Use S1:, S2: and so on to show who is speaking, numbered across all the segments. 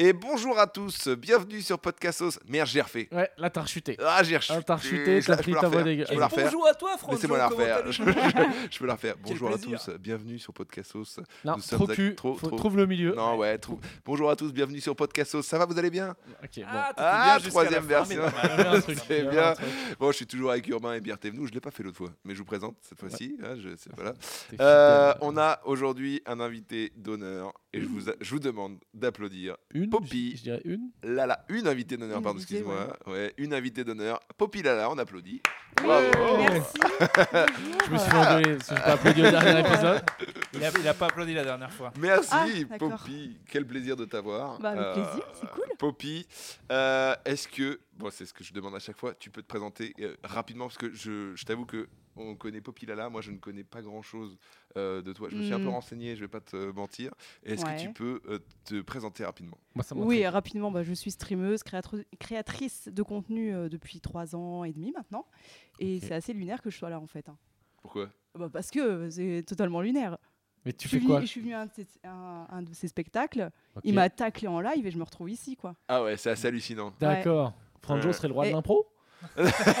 S1: Et bonjour à tous, bienvenue sur Podcastos. Merde, j'ai refait.
S2: Ouais, là t'as rechuté.
S1: Ah, j'ai rechuté.
S2: Ah, t'as rechuté,
S1: Je la- je
S2: t'as pris
S1: peux la
S2: ta voix
S1: refaire,
S2: dégueu. Eh,
S1: Je
S2: Et
S1: peux la refaire.
S3: Bonjour à toi, Franck.
S1: Laissez-moi la refaire. Je, je peux la refaire. Bonjour à
S3: plaisir.
S1: tous, bienvenue sur Podcastos.
S2: Non,
S1: Nous sommes
S2: trop
S1: à-
S2: cul.
S1: trop-
S2: faut-
S1: trop-
S2: Trouve le milieu.
S1: Non, ouais, trou- Bonjour à tous, bienvenue sur Podcastos. Ça va, vous allez bien
S2: Ok, bon.
S3: Ah, t'étais
S1: Ah,
S3: bien jusqu'à la
S1: troisième
S3: fin,
S1: version.
S3: mais normal.
S2: Il y avait un truc,
S1: c'est
S2: il y avait
S1: bien. Euh,
S2: un truc.
S1: Bon, je suis toujours avec Urbain et Pierre Thévenoud. Je ne l'ai pas fait l'autre fois, mais je vous présente cette fois-ci. hein, je- c'est- voilà.
S2: T'es fidèle.
S1: Euh, on a aujourd'hui un invité d'honneur et je vous, a- je vous demande d'applaudir
S2: une.
S1: Poppy.
S2: Je je dirais une.
S1: Lala. Une invitée d'honneur,
S4: Une
S1: pardon,
S4: invitée,
S1: excuse-moi. Ouais, une invitée d'honneur. Poppy Lala, on applaudit.
S2: Bravo.
S4: Merci.
S2: Je me suis fait engueuler parce que j'ai pas applaudi au dernier épisode.
S3: Il a, il a pas applaudi la dernière fois.
S4: Ah,
S1: Merci,
S4: d'accord.
S1: Poppy. Quel plaisir de t'avoir. Euh,
S4: Bah, avec plaisir, c'est cool.
S1: Poppy, euh, est-ce que, bon, c'est ce que je demande à chaque fois, tu peux te présenter euh, rapidement parce que je, je t'avoue que on connaît Poppy Lala, moi je ne connais pas grand-chose euh, de toi. Je me suis un peu
S4: Mm.
S1: renseigné, je vais pas te mentir. Est-ce
S4: Ouais.
S1: que tu peux euh, te présenter rapidement
S2: Moi, ça
S4: Oui,
S2: m'intrigue.
S4: rapidement, bah, je suis streameuse, créatro- créatrice de contenu euh, depuis trois ans et demi maintenant. Et
S2: Ok.
S4: c'est assez lunaire que je sois là en fait. hein.
S1: Pourquoi
S4: Bah, parce que euh, c'est totalement lunaire.
S2: Mais tu
S4: je, suis
S2: fais
S4: venue-
S2: quoi
S4: je suis venue à un de ces, un- un de ces spectacles.
S2: Ok.
S4: Il m'a taclé en live et je me retrouve ici. quoi.
S1: Ah ouais, c'est assez hallucinant.
S2: D'accord.
S1: Euh,
S2: Franjo serait le roi de
S4: Et-
S2: l'impro
S4: Ouais.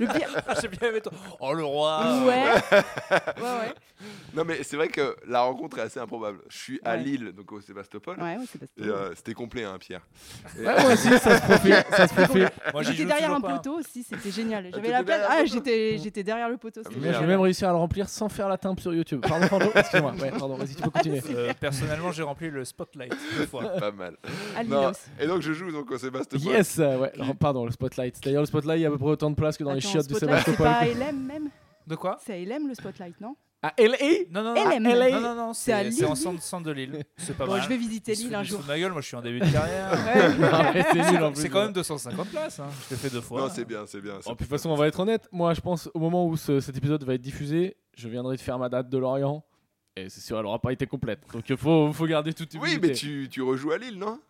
S4: Le pire.
S3: Ah, j'ai bien aimé toi. Oh, le
S2: Ah.
S3: roi.
S4: Ouais. Ouais,
S1: Non mais c'est vrai que la rencontre est assez improbable. Je suis à
S4: Ouais.
S1: Lille, donc au Sébastopol.
S4: ouais. Ouais, ouais, c'est pas-
S1: Et euh, c'était complet, hein, Pierre. Et-
S2: Ouais, moi aussi, ça se profile. Ça se profile.
S3: Moi, j'y
S4: J'étais
S3: joue
S4: derrière
S3: toujours
S4: un
S3: pas, hein.
S4: poteau aussi, c'était génial. J'avais
S1: t'étais
S4: la place.
S1: derrière un
S4: Ah,
S1: poteau
S4: j'étais j'étais derrière le poteau. c'était
S1: Merde.
S2: Moi,
S4: génial.
S2: j'ai même réussi à le remplir sans faire la timpe sur YouTube. Pardon, Franjo. Excuse-moi. Ouais, pardon, vas-y, tu peux continuer.
S3: Euh, personnellement, j'ai rempli le spotlight deux fois.
S1: Pas mal.
S4: À
S1: Non.
S4: Lilos.
S1: Et donc je joue donc au Sébastopol.
S2: Yes, euh, ouais, alors, pardon, le spotlight. D'ailleurs, le spotlight, il y a à peu près autant de place que dans les
S4: Attends,
S2: chiottes du
S4: Spotlight,
S2: Sébastopol.
S4: C'est pas LM même
S3: De quoi
S4: C'est à LM le spotlight, non
S2: À LA
S3: Non, non,
S4: Elle
S3: non.
S4: aime.
S3: Ah,
S2: LA.
S3: Non, non, non,
S4: C'est à
S3: c'est c'est en
S4: Lille.
S3: centre, centre de Lille. C'est pas
S4: Bon,
S3: mal.
S4: je vais visiter
S3: Il se
S4: Lille
S3: fout
S4: un
S3: du
S4: jour.
S3: fond de ma gueule, moi, je suis en début de carrière.
S2: Non, mais c'est nul en plus.
S3: C'est quand même 250 places. Hein. Je l'ai fait deux fois.
S1: Non, c'est bien, c'est bien. c'est
S2: Oh, puis, de toute façon, on va être honnête. Moi, je pense au moment où ce- cet épisode va être diffusé, je viendrai de faire ma date de Lorient. Et c'est sûr, elle aura pas été complète. Donc il faut, faut garder toute
S1: Oui,
S2: humilité.
S1: mais tu, tu rejoues à Lille, non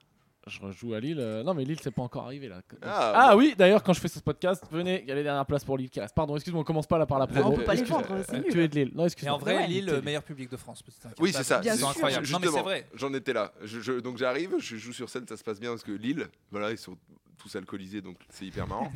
S2: Je rejoue à Lille. euh, Non, mais Lille, c'est pas encore arrivé là.
S1: Ah,
S2: Ah,
S1: bon.
S2: oui, d'ailleurs, quand je fais ce podcast, venez, il y a les dernières places pour Lille qui restent. Pardon, excuse-moi, on commence pas là par la
S1: Ah,
S2: promo.
S1: on peut pas les
S2: Excuse-
S4: vendre, c'est
S2: euh,
S4: nul.
S2: Tu es de Lille. Non,
S3: Et
S2: excuse-moi.
S3: en vrai,
S4: Ouais,
S3: Lille,
S2: t'es
S3: le
S2: dit.
S3: meilleur public de France. petit inquiète
S1: Oui,
S3: pas,
S1: c'est ça.
S3: Ils
S4: Bien
S1: c'est-
S3: sont
S4: sûr.
S3: incroyables. Non, mais
S1: justement,
S3: c'est vrai.
S1: J'en étais là. Je- je- donc j'arrive, je joue sur scène, ça se passe bien parce que Lille, voilà, ils sont tous alcoolisés, donc c'est hyper marrant.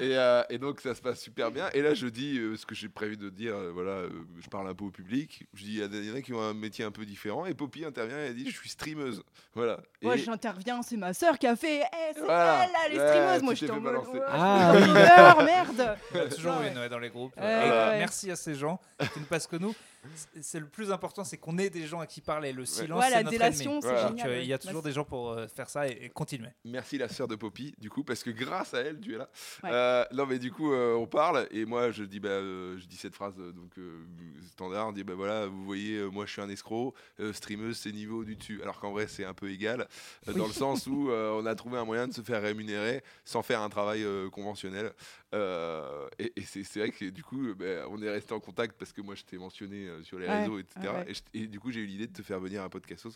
S1: et, euh, et donc ça se passe super bien. Et là, je dis euh, ce que j'ai prévu de dire. euh, voilà, euh, je parle un peu au public. Je dis, il y a des- il y en a qui ont un métier un peu différent. Et Poppy intervient et elle dit, je suis streameuse. Voilà. Et-
S4: Moi, j'interviens, c'est ma sœur qui a fait. Eh, c'est
S1: Voilà.
S4: elle, là, les
S1: Ouais,
S4: streameuses.
S1: tu
S4: Moi,
S1: t'es
S4: je suis en
S1: fait
S4: mode.
S1: balancer.
S4: ouais,
S2: Ah,
S4: je
S2: oui.
S4: suis streamer, merde.
S3: Il y en a toujours
S4: Ouais.
S3: une ouais, dans les groupes.
S4: Ouais,
S3: Et,
S1: ouais.
S3: euh, Merci à ces gens qui nous passent que nous. C'est- C'est le plus important, c'est qu'on ait des gens à qui parler. Le silence,
S4: Ouais,
S3: c'est
S4: la
S3: notre
S4: délation,
S3: ennemi.
S4: c'est
S1: Voilà.
S3: Donc,
S4: génial.
S3: euh,
S4: ouais.
S3: il y a toujours des gens pour euh, faire ça et, et continuer.
S1: Merci la sœur de Poppy, du coup, parce que grâce à elle, tu es là.
S4: Ouais.
S1: Euh, non, mais du coup, euh, on parle, et moi, je dis, bah, euh, je dis cette phrase euh, donc euh, standard, on dit, bah voilà, vous voyez, euh, moi, je suis un escroc, euh, streameuse, c'est niveau du dessus. Alors qu'en vrai, c'est un peu égal, euh, dans le sens où euh, on a trouvé un moyen de se faire rémunérer sans faire un travail euh, conventionnel. Euh, et et c'est c'est vrai que du coup, euh, bah, on est resté en contact parce que moi, je t'ai mentionné euh, sur les
S4: Ouais,
S1: réseaux, etc.
S4: Ah ouais, ouais.
S1: Et, je- et du coup, j'ai eu l'idée de te faire venir un podcast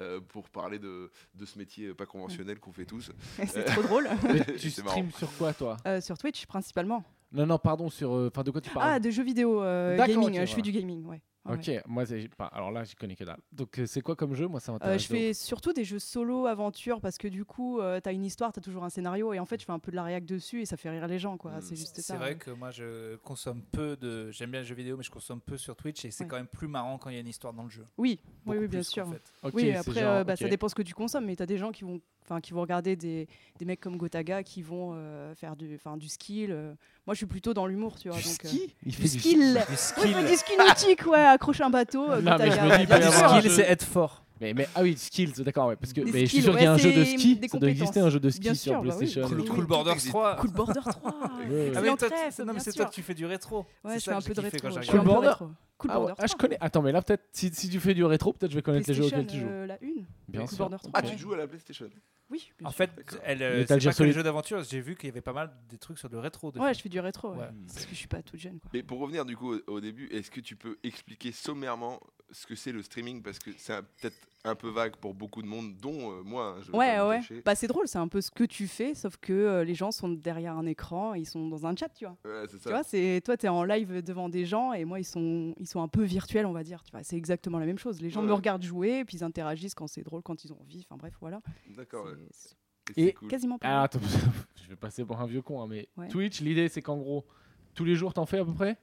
S1: euh, pour parler de, de ce métier euh, pas conventionnel qu'on fait tous.
S4: C'est trop drôle.
S2: Mais tu
S1: C'est marrant.
S2: streams sur quoi, toi
S4: Euh, sur Twitch, principalement.
S2: Non, non, pardon, sur. euh, Enfin, de quoi tu parles
S4: Ah, de jeux vidéo, euh,
S2: D'accord,
S4: gaming.
S2: ok,
S4: euh, je
S2: voilà.
S4: fais du gaming, ouais. Ouais,
S2: Ok,
S4: Ah, ouais.
S2: moi, c'est pas. Alors là, j'y connais que dalle. Donc, euh, c'est quoi comme jeu Moi, ça
S4: Euh,
S2: m'intéresse.
S4: je
S2: de ouf.
S4: fais surtout des jeux solo aventure parce que du coup, euh, t'as une histoire, t'as toujours un scénario et en fait, je fais un peu de la réac dessus et ça fait rire les gens, quoi.
S1: Mm.
S4: C'est juste ça.
S3: Hmm. C'est vrai que moi, je consomme peu de. J'aime bien les jeux vidéo, mais je consomme peu sur Twitch et c'est
S4: Ouais.
S3: quand même plus marrant quand il y a une histoire dans le jeu.
S4: Oui, oui,
S3: Beaucoup
S4: oui, bien
S3: plus qu'en
S4: sûr.
S3: fait.
S2: Ok,
S4: Oui,
S2: c'est
S4: après,
S2: genre-
S4: euh, bah, ça
S2: ok.
S4: dépend ce que tu consommes, mais tu as des gens qui vont, enfin, qui vont regarder des, des mecs comme Gotaga qui vont euh, faire du, enfin, du skill. euh. Moi, je suis plutôt dans l'humour, tu vois.
S2: Du
S4: donc, euh,
S2: ski Il fait
S4: du skill
S3: Du
S4: Oui, mais
S3: skill.
S4: du ski nautique, ouais, accrocher un bateau. euh,
S2: Non, mais je
S4: Gotaga,
S2: me dis, il peut y
S4: bien
S2: avoir
S4: sûr.
S2: un jeu.
S3: être fort.
S2: Mais, mais- ah oui, skills, d'accord, ouais, parce que
S4: Des
S2: mais je suis
S4: skills,
S2: sûr qu'il y a un
S4: ouais,
S2: jeu de
S4: c'est
S2: ski,
S4: des
S2: ça doit exister un jeu de ski
S4: Bien
S2: sur
S4: sûr, bah oui.
S2: PlayStation.
S4: Cool,
S2: et
S3: Cool,
S2: tout.
S1: tout
S3: cool Borders
S1: existe.
S3: 3.
S4: Cool Border 3.
S2: ouais.
S3: Ah
S2: C'est
S3: mais
S4: en
S3: toi,
S4: trêve,
S3: tu- non, mais
S4: bien
S3: c'est
S4: sûr.
S3: toi, tu fais du rétro.
S4: Ouais,
S3: C'est
S4: je
S3: ça
S4: suis un
S3: que
S4: peu de
S3: j'ai kiffé
S4: rétro.
S3: quand j'ai
S4: je suis un peu
S2: Border.
S4: rétro. Cool
S2: Ah, ouais,
S4: Border
S2: ah, je
S4: 3,
S2: connais. Attends, mais là, peut-être, si, si tu fais du rétro, peut-être je vais connaître les jeux auxquels tu
S4: PlayStation,
S2: joues.
S4: euh, la une.
S2: Bien
S4: Cool
S2: sûr.
S4: Border 3.
S1: Ah,
S2: Ouais.
S1: tu joues à la PlayStation
S4: Oui,
S2: Ah,
S4: bien
S3: En
S4: sûr.
S3: fait,
S1: D'accord.
S3: elle, euh,
S2: Metal Gear
S3: c'est pas que les
S2: Solid.
S3: jeux d'aventure. J'ai vu qu'il y avait pas mal des trucs sur le rétro. de
S4: Ouais,
S3: films.
S4: je fais du rétro,
S2: Ah,
S4: ouais.
S3: Ouais.
S4: Parce que je suis pas toute jeune, quoi.
S1: Mais pour revenir du coup au, au début, est-ce que tu peux expliquer sommairement ce que c'est le streaming Parce que c'est un- peut-être un peu vague pour beaucoup de monde, dont euh, moi. hein, je vais
S4: Ouais,
S1: pas me
S4: ouais.
S1: cacher.
S4: Bah, c'est drôle, c'est un peu ce que tu fais, sauf que euh, les gens sont derrière un écran, ils sont dans un chat, tu vois.
S1: Ouais, c'est
S4: Tu
S1: ça.
S4: vois, c'est toi, t'es en live devant des gens et moi, ils sont, ils sont un peu virtuels, on va dire. Tu vois, c'est exactement la même chose. Les gens
S1: Ouais.
S4: me regardent jouer, puis ils interagissent quand c'est drôle, quand ils ont envie. Enfin bref, voilà.
S1: D'accord. ouais.
S4: C'est- c'est
S1: c'est
S2: Et
S1: cool.
S4: quasiment
S2: Ah,
S4: pas.
S2: attends, je vais passer pour un vieux con, hein, mais
S4: Ouais.
S2: Twitch, l'idée c'est qu'en gros, tous les jours t'en fais à peu près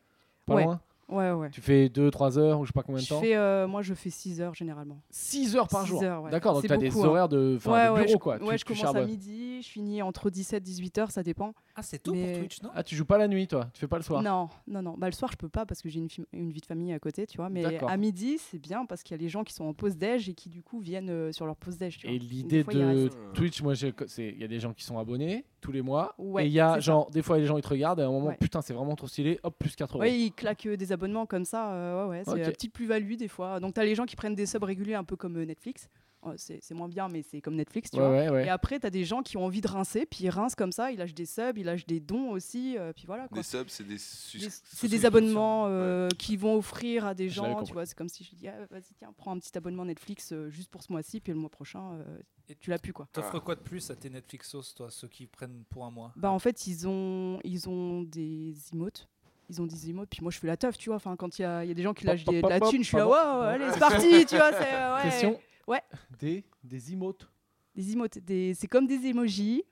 S2: Pas
S4: Ouais.
S2: loin
S4: Ouais, ouais.
S2: Tu fais 2-3 heures ou je sais pas combien de
S4: Je
S2: temps
S4: fais, euh, moi, je fais 6 heures généralement.
S2: 6 heures par
S4: Six
S2: jour
S4: heures, ouais.
S2: D'accord, donc
S4: C'est
S2: t'as des
S4: beaucoup, hein.
S2: horaires de, enfin, de bureau
S4: je,
S2: quoi. tu,
S4: ouais, je
S2: tu
S4: commence à
S2: charbonnes.
S4: midi, je finis entre 17 18 heures, ça dépend.
S3: Ah, c'est tôt
S4: Mais-
S3: pour Twitch, non
S2: Ah, tu joues pas la nuit toi Tu fais pas le soir
S4: Non, non, non. Bah, le soir, je peux pas parce que j'ai une, fi- une vie de famille à côté, tu vois. Mais
S2: D'accord.
S4: à midi, c'est bien parce qu'il y a les gens qui sont en pause déj et qui du coup viennent euh, sur leur pause déj. tu vois.
S2: Et
S4: Des
S2: l'idée
S4: fois, ils
S2: de
S4: restent.
S2: Twitch, moi, j'ai- c'est- il y a des gens qui sont abonnés tous les mois.
S4: Ouais,
S2: et il y a
S4: c'est ça.
S2: genre, des fois, les gens ils te regardent et à un moment,
S4: Ouais.
S2: putain, c'est vraiment trop stylé, hop, plus 4 euros.
S4: Ouais, ils claquent euh, des abonnements comme ça. euh, ouais, ouais, c'est
S2: Ok.
S4: la petite plus-value des fois. Donc, tu as les gens qui prennent des subs réguliers, un peu comme euh, Netflix. Euh, c'est c'est moins bien, mais c'est comme Netflix, tu
S2: Ouais,
S4: vois.
S2: ouais, ouais.
S4: Et après, tu as des gens qui ont envie de rincer, puis ils rincent comme ça, ils lâchent des subs, ils lâchent des dons aussi, euh, puis voilà. Quoi.
S1: Des subs, c'est des sus-
S4: Des- C'est des
S1: souscriptions.
S4: abonnements
S1: Ouais.
S4: euh, qui vont offrir à des
S2: Je l'avais
S4: gens,
S2: compris.
S4: tu vois, c'est comme si je dis ah, vas-y tiens, prends un petit abonnement Netflix euh, juste pour ce mois-ci puis le mois prochain euh,
S3: Et
S4: tu l'as plus quoi.
S3: T'offres quoi de plus à tes Netflixos, toi, ceux qui prennent pour un mois
S4: Bah en fait, ils ont ils ont des emotes ils ont des emotes, puis moi je fais la teuf, tu vois. Enfin, quand il y, a il y a des gens qui
S2: Pop,
S4: lâchent des- de
S2: pop,
S4: la
S2: pop,
S4: thune, je suis là,
S2: pardon.
S4: waouh, allez, c'est parti, tu vois. C'est, euh, ouais.
S2: Question
S4: Ouais.
S2: Des, des emotes.
S4: Des emotes, des- c'est comme des emojis,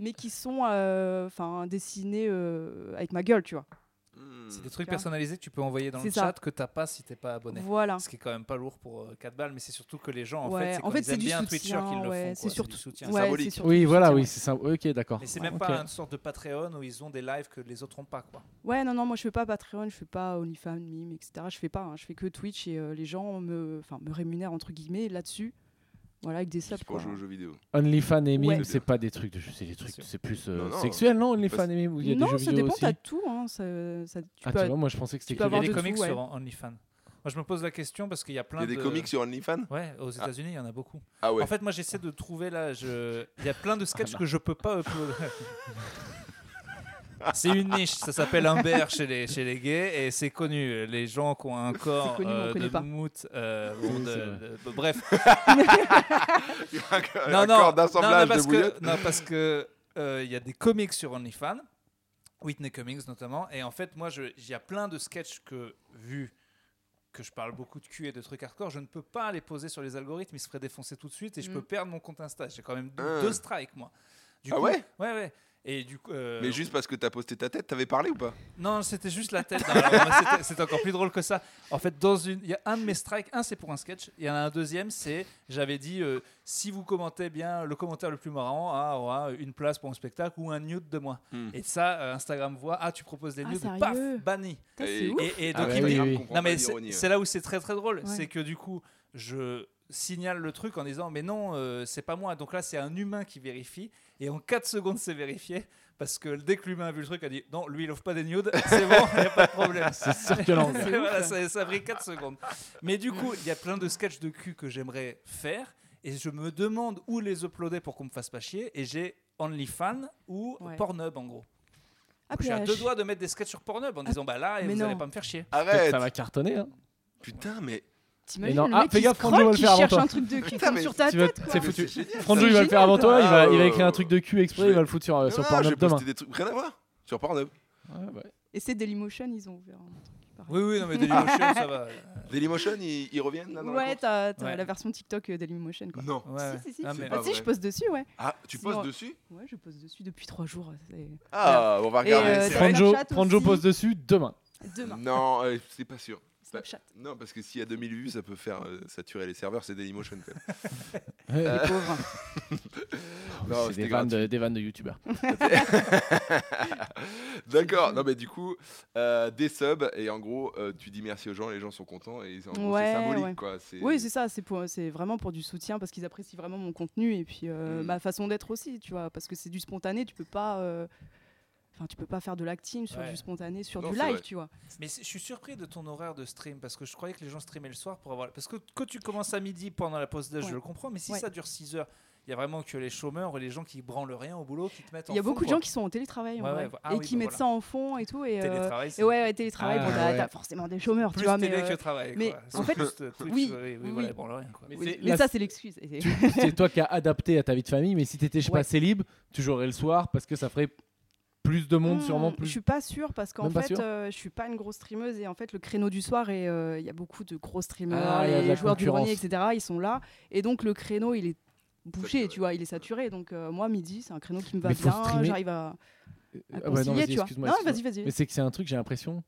S4: mais qui sont euh, enfin dessinés euh, avec ma gueule, tu vois.
S1: Hmm.
S3: C'est des trucs
S4: Tu vois.
S3: personnalisés que tu peux envoyer dans le
S4: C'est ça.
S3: chat que t'as pas si t'es pas abonné.
S4: Voilà.
S3: Ce qui est quand même pas lourd pour euh, 4 balles, mais c'est surtout que les gens, en
S4: Ouais,
S3: fait, c'est
S4: en
S3: quand
S4: fait,
S3: ils
S4: c'est
S3: aiment
S4: du
S3: bien un Twitcher
S4: soutien,
S3: qu'ils le
S4: ouais,
S3: font.
S4: c'est
S3: quoi.
S4: surtout-
S3: du soutien.
S1: ouais. symbolique.
S4: surtout
S2: Oui,
S4: du
S2: voilà,
S4: soutien,
S2: oui,
S4: ouais.
S2: c'est ça. Ok, d'accord.
S3: Mais c'est même
S2: Ok.
S3: pas une sorte de Patreon où ils ont des lives que les autres ont pas, quoi.
S4: Ouais, non, non, moi je fais pas Patreon, je fais pas OnlyFans, Mime, etc. Je fais pas, hein. je fais que Twitch et euh, les gens me, enfin, me rémunèrent entre guillemets là-dessus. Voilà, avec des subs.
S1: Pour
S4: Quoi.
S1: jouer aux jeux vidéo.
S2: OnlyFans et
S4: Ouais.
S2: Mime,
S1: C'est
S2: c'est
S1: bien.
S2: pas des trucs de jeux, c'est des trucs,
S3: sûr.
S2: c'est plus euh,
S1: Non, non,
S2: sexuel, non
S1: parce-
S2: OnlyFans et Mime, où il y a
S4: non,
S2: des jeux
S4: ça
S2: vidéo
S4: dépend,
S2: aussi.
S4: t'as tout. Hein, ça, ça- tu
S2: Ah,
S4: peux
S2: tu
S4: a-
S2: vois, moi, je pensais que c'était
S4: peux
S2: que
S3: Il y
S2: des-
S3: a
S4: avoir
S3: des
S4: de
S3: comics
S4: tout, ouais.
S3: sur OnlyFans. Moi, je me pose la question parce qu'il y a
S1: Il
S3: plein
S1: y a
S3: de.
S1: des comics sur OnlyFans
S3: Ouais, aux
S1: Ah.
S3: États-Unis, il y en a beaucoup.
S1: Ah ouais.
S3: En fait, moi, j'essaie de trouver là. Je... Il y a plein de sketchs que je peux pas uploader. C'est une niche, ça s'appelle un bear chez les, chez les gays et c'est connu. Les gens qui ont un corps
S4: connu, mais on
S3: euh,
S4: connaît
S3: de
S4: pas.
S3: mout, euh, bon,
S2: Oui,
S3: de-
S2: c'est vrai.
S3: de- de- bref,
S1: non, non, d'assemblage de
S3: parce
S1: bouillotte.
S3: que, non, parce que euh, il y a des comics sur OnlyFans, Whitney Cummings notamment, et en fait, moi, je- il y a plein de sketchs que, vu que je parle beaucoup de cul et de trucs hardcore, je ne peux pas les poser sur les algorithmes, ils se feraient défoncer tout de suite et je
S4: Mm.
S3: peux perdre mon compte Insta. J'ai quand même deux,
S1: Ah.
S3: deux strikes, moi. Du
S1: Ah
S3: coup-
S1: ouais
S3: Ouais, ouais. Et du coup, euh,
S1: Mais juste parce que t'as posté ta tête, t'avais parlé ou pas
S3: non, c'était juste la tête. Non, alors, moi, c'était- C'est encore plus drôle que ça. En fait, dans une, il y a un de mes strikes, un c'est pour un sketch, il y en a un deuxième c'est, j'avais dit, euh, si vous commentez bien, le commentaire le plus marrant ah, aura une place pour un spectacle ou un nude de moi.
S1: Hmm.
S3: Et ça, euh, Instagram voit, ah tu proposes des
S4: Ah,
S3: nudes, paf,
S4: sérieux
S3: banni.
S4: Putain, c'est ouf.
S3: Et, et
S2: Ah
S3: donc
S1: bah
S2: ouais,
S3: il
S2: oui,
S3: dit-
S2: oui.
S3: non mais c'est c'est là où c'est très très drôle,
S4: Ouais.
S3: c'est que du coup je signale le truc en disant mais non euh, c'est pas moi donc là c'est un humain qui vérifie et en 4 secondes c'est vérifié parce que dès que l'humain a vu le truc a dit non lui il offre pas des nudes c'est bon il n'y a pas de problème
S2: C'est sûr que non.
S4: C'est
S3: Voilà,
S4: ouf.
S3: ça, ça a pris 4 secondes mais du coup il y a plein de sketchs de cul que j'aimerais faire et je me demande où les uploader pour qu'on me fasse pas chier et j'ai OnlyFans ou
S4: Ouais.
S3: Pornhub en gros
S4: Ah,
S3: je suis à
S4: PH.
S3: deux doigts de mettre des sketchs sur Pornhub en disant bah là et
S4: mais
S3: vous allez
S4: non.
S3: pas me faire chier
S1: Arrête
S2: Ça va cartonner. Hein.
S1: Putain, mais.
S4: T'imagines
S2: Mais non,
S4: le
S2: ah,
S4: mec
S2: fais
S4: qui
S2: gaffe, Franjo
S4: scrolle,
S2: va le
S4: qui
S2: faire avant
S4: cherche
S2: toi.
S4: un truc de cul
S1: Putain, mais
S4: sur ta
S2: tu vas-
S4: tête. quoi.
S2: c'est foutu.
S1: C'est génial.
S2: Franjo,
S4: C'est
S2: il va le faire avant
S4: génial,
S2: toi, il va,
S1: quoi.
S2: il va
S1: Ah,
S2: écrire un
S1: ouais.
S2: truc de cul
S1: Je
S2: exprès,
S1: vais-
S2: il va le foutre sur,
S1: Non,
S2: sur
S1: non,
S2: Pornhub
S1: j'ai posté
S2: demain.
S1: des trucs rien à voir sur Pornhub.
S2: Ouais, ouais.
S4: Et c'est Dailymotion, ils ont ouvert. hein. un truc pareil.
S3: oui oui non mais Dailymotion ça va
S1: Dailymotion, ils, ils reviennent là dans la
S4: Ouais,
S1: course
S4: t'as t'as
S3: Ouais.
S4: la version TikTok euh, Dailymotion quoi.
S1: Non.
S3: Ouais.
S4: Si, si, si.
S3: Ah,
S1: C'est
S3: mais-
S1: pas
S4: Ah si,
S1: vrai.
S4: je pose dessus, ouais.
S1: Ah, tu
S4: Sinon-
S1: poses dessus
S4: Ouais, je pose dessus depuis trois jours. euh, c'est-
S1: Ah, on va
S4: Et,
S1: regarder.
S4: euh,
S1: C'est
S4: Snapchat
S2: Franjo,
S4: aussi.
S2: Franjo pose dessus demain.
S1: vrai.
S4: Demain.
S1: Non, euh, c'est pas sûr.
S4: Snapchat.
S1: Non, parce que s'il y a 2000 vues, ça peut faire euh, saturer les serveurs, c'est Dailymotion quand même.
S2: Ouais.
S4: Les pauvres.
S1: Non,
S2: c'est
S1: c'était
S2: des vannes, de, des vannes de youtubeurs.
S1: D'accord, non mais du coup, euh, des subs, et en gros, euh, tu dis merci aux gens, les gens sont contents, et en gros, c'est
S4: Ouais,
S1: symbolique
S4: ouais.
S1: quoi. C'est-
S4: Oui, c'est ça, c'est pour- c'est vraiment pour du soutien parce qu'ils apprécient vraiment mon contenu et puis euh,
S1: Mm.
S4: ma façon d'être aussi, tu vois, parce que c'est du spontané, tu peux pas euh, enfin tu peux pas faire de l'acting sur
S3: Ouais.
S4: du spontané sur
S1: Non,
S4: du
S1: c'est
S4: live,
S1: vrai.
S4: tu vois.
S3: Mais c'est- je suis surpris de ton horaire de stream parce que je croyais que les gens streamaient le soir pour avoir. Parce que quand tu commences à midi pendant la pause déj,
S4: Ouais.
S3: je le comprends, mais si
S4: Ouais.
S3: ça dure 6 heures, il y a vraiment que les chômeurs et les gens qui branlent rien au boulot qui te mettent en
S4: Il y a
S3: fond,
S4: beaucoup de
S3: quoi.
S4: gens qui sont en télétravail en
S3: Ouais,
S4: vrai,
S3: ouais, ah
S4: et
S3: oui,
S4: qui
S3: bah
S4: mettent
S3: voilà.
S4: ça en fond et tout. Et, euh,
S3: télétravail. c'est
S4: et ouais, ouais, télétravail,
S2: Ah,
S4: bon, t'as
S2: ouais.
S4: t'as forcément des chômeurs,
S3: Plus
S4: tu vois.
S3: télé
S4: Mais, euh,
S3: que travail.
S4: mais
S3: quoi.
S4: en fait,
S3: Plus, euh, Twitch,
S4: oui,
S3: oui,
S4: oui.
S3: voilà, ils branlent rien, quoi.
S2: Mais
S4: oui,
S2: c'est-
S4: mais
S2: là,
S4: ça, c'est l'excuse. Et-
S2: c'est toi qui as adapté à ta vie de famille, mais si t'étais, je sais
S4: Ouais.
S2: pas, célib, tu jouerais le soir parce que ça ferait plus de monde,
S4: Hmm,
S2: sûrement
S4: Je
S2: plus.
S4: suis pas sûre parce qu'en
S2: Même pas
S4: fait,
S2: sûre
S4: euh, je suis pas une grosse streameuse et en fait, le créneau du soir, et euh, il y a beaucoup de gros streamers,
S2: Ah, il y a de la
S4: les joueurs du grenier,
S2: concurrence.
S4: etc., ils sont là. Et donc, le créneau, il est bouché,
S1: Saturé.
S4: tu vois, il est saturé. Donc, euh, moi, midi, c'est un créneau qui me va
S2: Mais faut
S4: bien,
S2: streamer.
S4: j'arrive à, à
S2: Ah ouais, non,
S4: concilier,
S2: vas-y,
S4: tu vois.
S2: excuse-moi,
S4: non,
S2: excuse-moi.
S4: vas-y, vas-y.
S2: Mais c'est que c'est un truc, j'ai l'impression,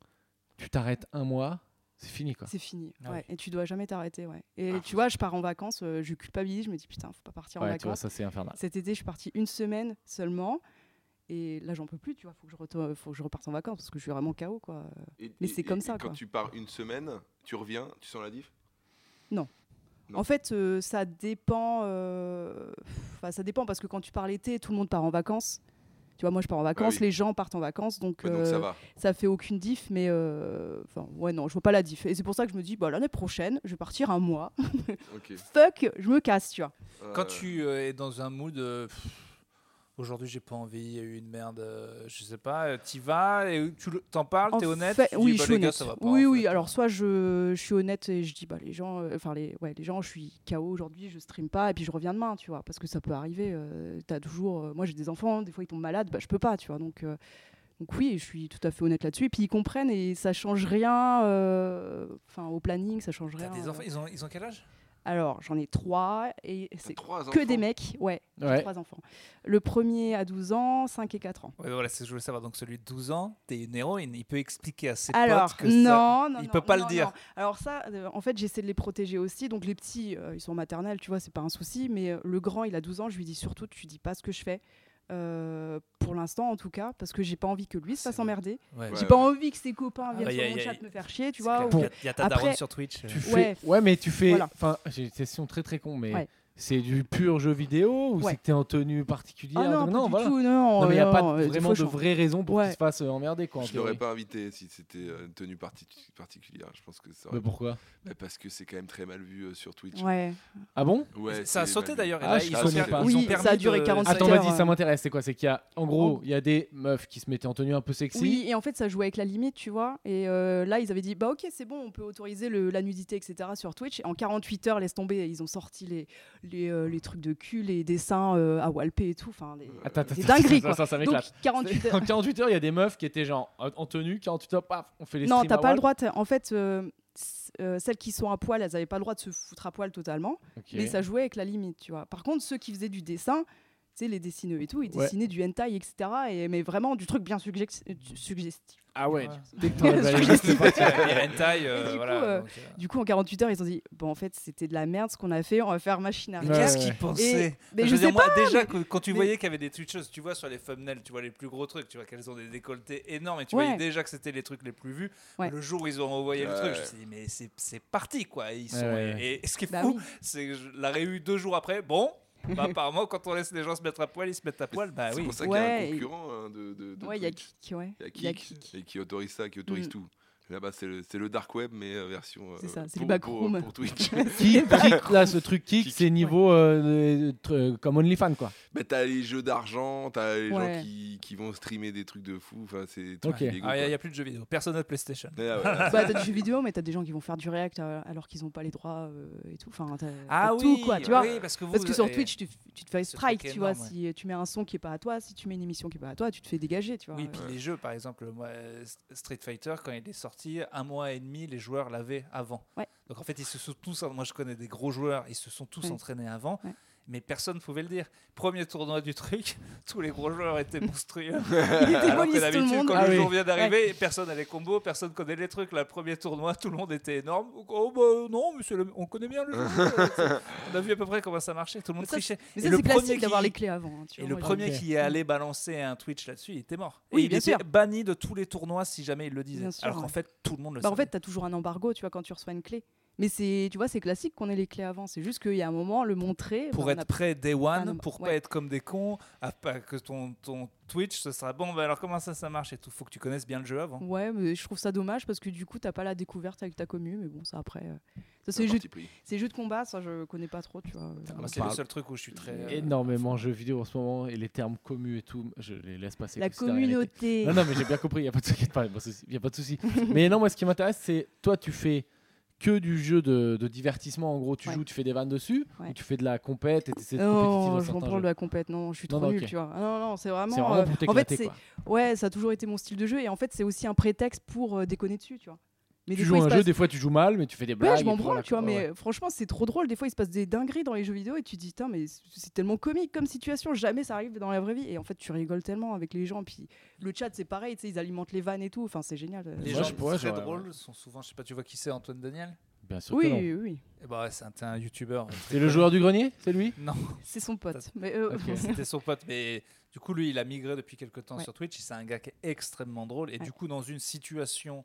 S2: tu t'arrêtes un mois, c'est fini quoi.
S4: C'est fini,
S3: Ah
S4: ouais. Et tu dois jamais t'arrêter, ouais. Et
S1: Ah,
S4: tu vois, je pars en vacances, euh, je culpabilise, je me dis putain, faut pas partir en
S2: Ouais, tu vois,
S4: vacances.
S2: ça c'est infernal.
S4: Cet été, je suis partie une semaine seulement. Et là, j'en peux plus, tu vois, faut que je, retourne- faut que je reparte en vacances parce que je suis vraiment KO, quoi.
S1: Et-
S4: Mais
S1: et-
S4: c'est
S1: et-
S4: comme
S1: et
S4: ça,
S1: Quand
S4: quoi.
S1: tu pars une semaine, tu reviens, tu sens la diff Non.
S4: En fait, euh, ça dépend. euh, enfin, ça dépend parce que quand tu pars l'été, tout le monde part en vacances. Tu vois, moi, je pars en vacances,
S1: Bah oui.
S4: les gens partent en vacances, donc,
S1: Ouais, Donc ça
S4: euh,
S1: va.
S4: ça fait aucune diff. Mais euh, enfin, ouais, non, je vois pas la diff. Et c'est pour ça que je me dis, bah, l'année prochaine, je vais partir un mois.
S1: Ok.
S4: Fuck, je me casse, tu vois.
S3: Quand
S1: Euh,
S3: tu euh, es dans un mood. euh, pff, Aujourd'hui, j'ai pas envie, il y a eu une merde, euh, je sais pas, euh, t'y vas, et tu le- t'en parles,
S4: En
S3: t'es honnête,
S4: fait-
S3: tu dis,
S4: oui,
S3: bah,
S4: je suis
S3: les gars,
S4: honnête.
S3: ça va pas,
S4: oui,
S3: en
S4: oui.
S3: fait.
S4: Alors soit je, je suis honnête et je dis bah les gens, euh, enfin les, ouais, les gens, je suis KO aujourd'hui, je stream pas et puis je reviens demain, tu vois, parce que ça peut arriver. euh, t'as toujours, euh, moi j'ai des enfants, des fois ils tombent malades, bah je peux pas, tu vois, donc. euh, donc oui, je suis tout à fait honnête là-dessus. Et puis ils comprennent et ça change rien, euh, enfin au planning, ça change
S3: T'as
S4: rien.
S3: des
S4: euh.
S3: enfants, ils ont, ils ont quel âge
S4: Alors j'en ai trois et
S1: t'as
S4: c'est
S1: trois
S4: que
S1: enfants.
S4: des mecs, ouais, j'ai
S2: Ouais.
S4: trois enfants. Le premier à 12 ans, 5 et 4 ans.
S3: Ouais, voilà, c'est ce que je voulais savoir. Donc celui de 12 ans, t'es une héroïne, il peut expliquer à ses
S4: Alors,
S3: potes que ça...
S4: non, non,
S3: il
S4: non,
S3: peut pas
S4: non,
S3: le dire.
S4: non. Alors ça, euh, en fait, j'essaie de les protéger aussi. Donc les petits, euh, ils sont maternels, tu vois, c'est pas un souci. Mais euh, le grand, il a 12 ans, je lui dis surtout, tu dis pas ce que je fais. Euh, pour l'instant, en tout cas, parce que j'ai pas envie que lui se
S3: C'est
S4: fasse
S3: bon.
S4: emmerder.
S3: Ouais.
S1: Ouais.
S4: J'ai pas envie que ses copains
S3: Ah,
S4: viennent
S3: bah, y a-
S4: sur mon
S3: y a-
S4: chat me faire chier, tu
S3: C'est
S4: vois.
S3: clair.
S4: ou-
S3: Il y a- il y a ta
S4: Après-
S3: daronne sur Twitch. euh.
S2: Tu fais... ouais.
S4: Ouais.
S2: mais tu fais.
S4: Voilà.
S2: Enfin, j'ai une question très très con, mais
S4: Ouais.
S2: c'est du pur jeu vidéo ou
S4: Ouais.
S2: c'est que t'es en tenue particulière
S4: Ah non,
S2: donc
S4: pas
S2: voilà.
S4: du tout,
S2: Non,
S4: non.
S2: mais il n'y a
S4: euh,
S2: pas
S4: non, euh,
S2: de-
S4: des
S2: vraiment
S4: fois,
S2: de
S4: je-
S2: vraies raisons pour
S4: Ouais.
S2: qu'ils se fassent euh, emmerder. Quoi, en
S1: Je l'aurais
S2: théorie.
S1: pas invité si c'était euh, une tenue parti- particulière. Je pense que ça. aurait-
S2: Mais pourquoi
S1: Bah, parce que c'est quand même très mal vu euh, sur Twitch.
S4: Ouais.
S2: Ah bon
S1: Ouais,
S3: ça a
S1: c'est
S3: sauté
S1: mal vu.
S3: d'ailleurs. et
S2: Ah,
S3: là,
S2: je
S3: ils
S2: Ah,
S3: ont
S2: comprends
S3: per-
S2: pas.
S3: ils ont
S4: Oui,
S3: permis
S4: ça a duré
S3: de-
S4: 45
S2: Attends,
S4: heures,
S2: vas-y,
S4: hein.
S2: ça m'intéresse. C'est quoi C'est qu'il y a, en gros, il y a des meufs qui se mettaient en tenue un peu sexy.
S4: Oui, et en fait, ça jouait avec la limite, tu vois. Et euh, là, ils avaient dit, bah ok, c'est bon, on peut autoriser le- la nudité, etc. sur Twitch. Et en 48 heures, laisse tomber, ils ont sorti les, les, euh, les trucs de cul, les dessins euh, à Walpé et tout. Enfin,
S1: Euh,
S4: les-
S2: Attends, attends,
S4: Des
S2: attends,
S4: dingueries,
S2: ça,
S4: quoi.
S2: Ça, ça
S4: Donc,
S2: m'éclate.
S4: 48 heures.
S2: En 48 heures, il y a des meufs qui étaient genre en en tenue, 48 heures, paf, on fait les
S4: Non,
S2: streams
S4: t'as
S2: à
S4: pas le
S2: Wall.
S4: droit. t'as- En fait, euh, c- euh, celles qui sont à poil, elles avaient pas le droit de se foutre à poil totalement.
S2: Ok.
S4: Mais ça jouait avec la limite, tu vois. Par contre, ceux qui faisaient du dessin, tu sais, les dessineux et tout, ils
S2: Ouais.
S4: dessinaient du hentai, etc. Et, mais vraiment du truc bien suggest- euh, du- suggestif.
S2: Ah ouais,
S3: Ouais.
S2: dès que t'en as la liste, c'est parti.
S3: Et hentai, euh,
S4: Et du coup,
S3: voilà,
S4: euh,
S3: donc, euh,
S4: Du coup, en 48 heures, ils ont dit, bon, en fait, c'était de la merde ce qu'on a fait, on va faire machine
S3: Mais
S2: Ouais,
S4: arrière.
S3: qu'est-ce
S2: ouais.
S3: qu'ils pensaient
S4: Mais
S3: Enfin,
S4: je
S3: veux dire,
S4: sais
S3: moi,
S4: pas.
S3: déjà, que- quand tu
S4: mais-
S3: voyais qu'il y avait des Twitcheuses, tu vois, sur les thumbnails, tu vois les plus gros trucs, tu vois qu'elles ont des décolletés énormes et tu
S4: Ouais.
S3: voyais déjà que c'était les trucs les plus vus.
S4: Ouais.
S3: Le jour où ils ont envoyé le
S1: Ouais.
S3: truc, je me suis dit, mais c'est- c'est parti, quoi. Et, ils
S2: Ouais,
S3: sont,
S2: ouais,
S3: et, et ce qui est
S4: Bah
S3: fou,
S4: oui.
S3: c'est que je l'aurais eu deux jours après. Bon, bah, apparemment, quand on laisse les gens se mettre à poil, ils se mettent à poil, bah
S1: C'est
S3: oui.
S1: pour ça qu'il y a
S4: Ouais,
S1: un
S4: et-
S1: concurrent hein, de, de, de
S4: Ouais, il y a
S1: Twitch.
S4: Kik, ouais.
S1: Il y a
S4: Il y a
S1: Kik,
S4: Kik.
S1: et qui autorise ça, qui autorise
S4: Mm.
S1: tout. Là-bas, c'est le, c'est le dark web, mais euh, version. euh,
S4: C'est ça, c'est
S1: pour-
S4: le
S1: pour,
S4: backroom.
S1: pour Twitch.
S2: Qui kick, là, ce truc kick,
S1: Kick.
S2: c'est niveau euh, de- de- comme OnlyFans, quoi.
S1: Bah, t'as les jeux d'argent, t'as les
S4: Ouais.
S1: gens qui, qui vont streamer des trucs de fou. Enfin, c'est des trucs
S2: Ok.
S3: Ah,
S1: illégaux,
S3: Il n'y a,
S1: quoi.
S3: il y a plus de jeux vidéo. Personne n'a de PlayStation.
S1: Ah, voilà.
S4: Bah, t'as des jeux vidéo, mais t'as des gens qui vont faire du react euh, alors qu'ils n'ont pas les droits euh, et tout. Enfin, t'as
S3: Ah
S4: t'as
S3: oui,
S4: tout, quoi, tu vois.
S3: oui, parce que, vous, eh,
S4: Parce que
S3: vous
S4: sur
S3: avez-
S4: Twitch, tu, tu te fais
S3: ce
S4: strike,
S3: truc
S4: tu vois.
S3: énorme,
S4: Si euh, tu mets un son qui est pas à toi, si tu mets une émission qui est pas à toi, tu te fais dégager, tu vois.
S3: Oui,
S4: Euh,
S3: puis les jeux, par exemple, moi, euh, S- Street Fighter, quand il est sorti, un mois et demi, les joueurs l'avaient avant.
S4: Ouais.
S3: Donc en fait, ils se sont tous, moi je connais des gros joueurs, ils se sont tous
S4: Ouais.
S3: entraînés avant,
S4: Ouais.
S3: mais personne ne pouvait le dire. Premier tournoi du truc, tous les gros joueurs étaient monstrueux.
S4: Ils
S3: Alors que
S4: démolissent tout le
S3: d'habitude,
S4: monde.
S3: quand
S2: Ah
S3: le
S2: oui.
S3: jour vient d'arriver, personne n'a les combos, personne connaît les trucs. Là, premier tournoi, tout le monde était énorme. Oh bah non, mais c'est le- on connaît bien le jeu. on a vu à peu près comment ça marchait, tout le monde
S4: Mais ça,
S3: trichait.
S4: Mais
S3: Et
S4: ça,
S3: le
S4: c'est
S3: premier
S4: classique d'avoir
S3: qui-
S4: les clés avant. hein, tu
S3: et
S4: vois,
S3: le
S4: moi, j'ai-
S3: premier qui est allé balancer un Twitch là-dessus, il était mort.
S4: Oui,
S3: et il
S4: bien
S3: était
S4: sûr.
S3: banni de tous les tournois si jamais il le disait.
S4: Bien sûr,
S3: Alors qu'en
S4: ouais.
S3: fait, tout le monde le
S4: Bah, en
S3: savait.
S4: fait, t'as toujours un embargo, tu vois, quand tu reçois une clé. Mais c'est, tu vois, c'est classique qu'on ait les clés avant. C'est juste qu'il y a un moment, le montrer.
S3: Pour
S4: bah, on
S3: être
S4: a-
S3: prêt day
S4: Ah,
S3: one,
S4: non, bah,
S3: pour pas
S4: ouais.
S3: être comme des cons, à pas que ton, ton Twitch, ce sera bon, bah alors comment ça, ça marche et tout. Faut que tu connaisses bien le jeu avant.
S4: Ouais, mais je trouve ça dommage parce que du coup, t'as pas la découverte avec ta commu. Mais bon, ça après. euh, Ça, c'est jeu,
S1: parti pris.
S4: c'est jeu de combat, ça, je connais pas trop, tu vois. euh,
S3: Ah,
S2: on
S3: moi, c'est le
S2: parle
S3: seul truc où je suis très. euh,
S2: Bah, Énormément jeux vidéo en ce moment et les termes communs et tout, je les laisse passer.
S4: La
S2: parce que c'est réalité.
S4: communauté.
S2: Non, non, mais j'ai bien compris, il n'y a pas de souci. pas de souci, y a pas de souci. mais non, moi, ce qui m'intéresse, c'est toi, tu fais que du jeu de, de divertissement. En gros, tu
S4: Ouais.
S2: joues, tu fais des vannes dessus,
S4: Ouais.
S2: ou tu fais de la compète et t'essaies de
S4: Non,
S2: compétitif
S4: je
S2: dans
S4: m'en
S2: certains
S4: prends de
S2: jeux.
S4: la compète. Non, je suis
S2: Non,
S4: trop
S2: non,
S4: nulle,
S2: ok.
S4: tu vois. Ah non, non, c'est vraiment.
S2: C'est vraiment
S4: euh,
S2: pour
S4: en fait,
S2: t'éclater,
S4: c'est-
S2: quoi.
S4: ouais, ça a toujours été mon style de jeu. Et en fait, c'est aussi un prétexte pour euh, déconner dessus, tu vois. Mais
S2: Tu
S4: des
S2: joues à
S4: fois, il
S2: un
S4: se
S2: jeu,
S4: passe-
S2: des fois, tu joues mal, mais tu fais des blagues.
S4: Ouais, je
S2: et
S4: m'en
S2: puis
S4: branle,
S2: voilà,
S4: tu vois,
S2: quoi,
S4: mais
S2: ouais.
S4: euh, franchement, c'est trop drôle. Des fois, il se passe des dingueries dans les jeux vidéo et tu te dis, putain, mais c- c'est tellement comique comme situation, jamais ça arrive dans la vraie vie. Et en fait, tu rigoles tellement avec les gens. Puis le chat, c'est pareil, tu sais, ils alimentent les vannes et tout. Enfin, c'est génial. euh.
S3: Les
S2: Moi,
S3: gens
S2: je pourrais,
S3: très
S2: j'aurais-
S3: drôles sont souvent, je sais pas, tu vois qui c'est Antoine Daniel
S2: Bien sûr que
S4: Oui,
S2: non.
S4: oui, oui.
S3: Eh ben ouais, c'est un, t'es un youtubeur.
S2: C'est le joueur du grenier C'est lui
S3: Non,
S4: C'est son pote. Mais euh,
S2: Ok.
S3: c'était son pote, mais du coup, lui, il a migré depuis quelques temps
S4: Ouais.
S3: sur Twitch. C'est un gars qui est extrêmement drôle. Et
S4: Ouais.
S3: du coup, dans une situation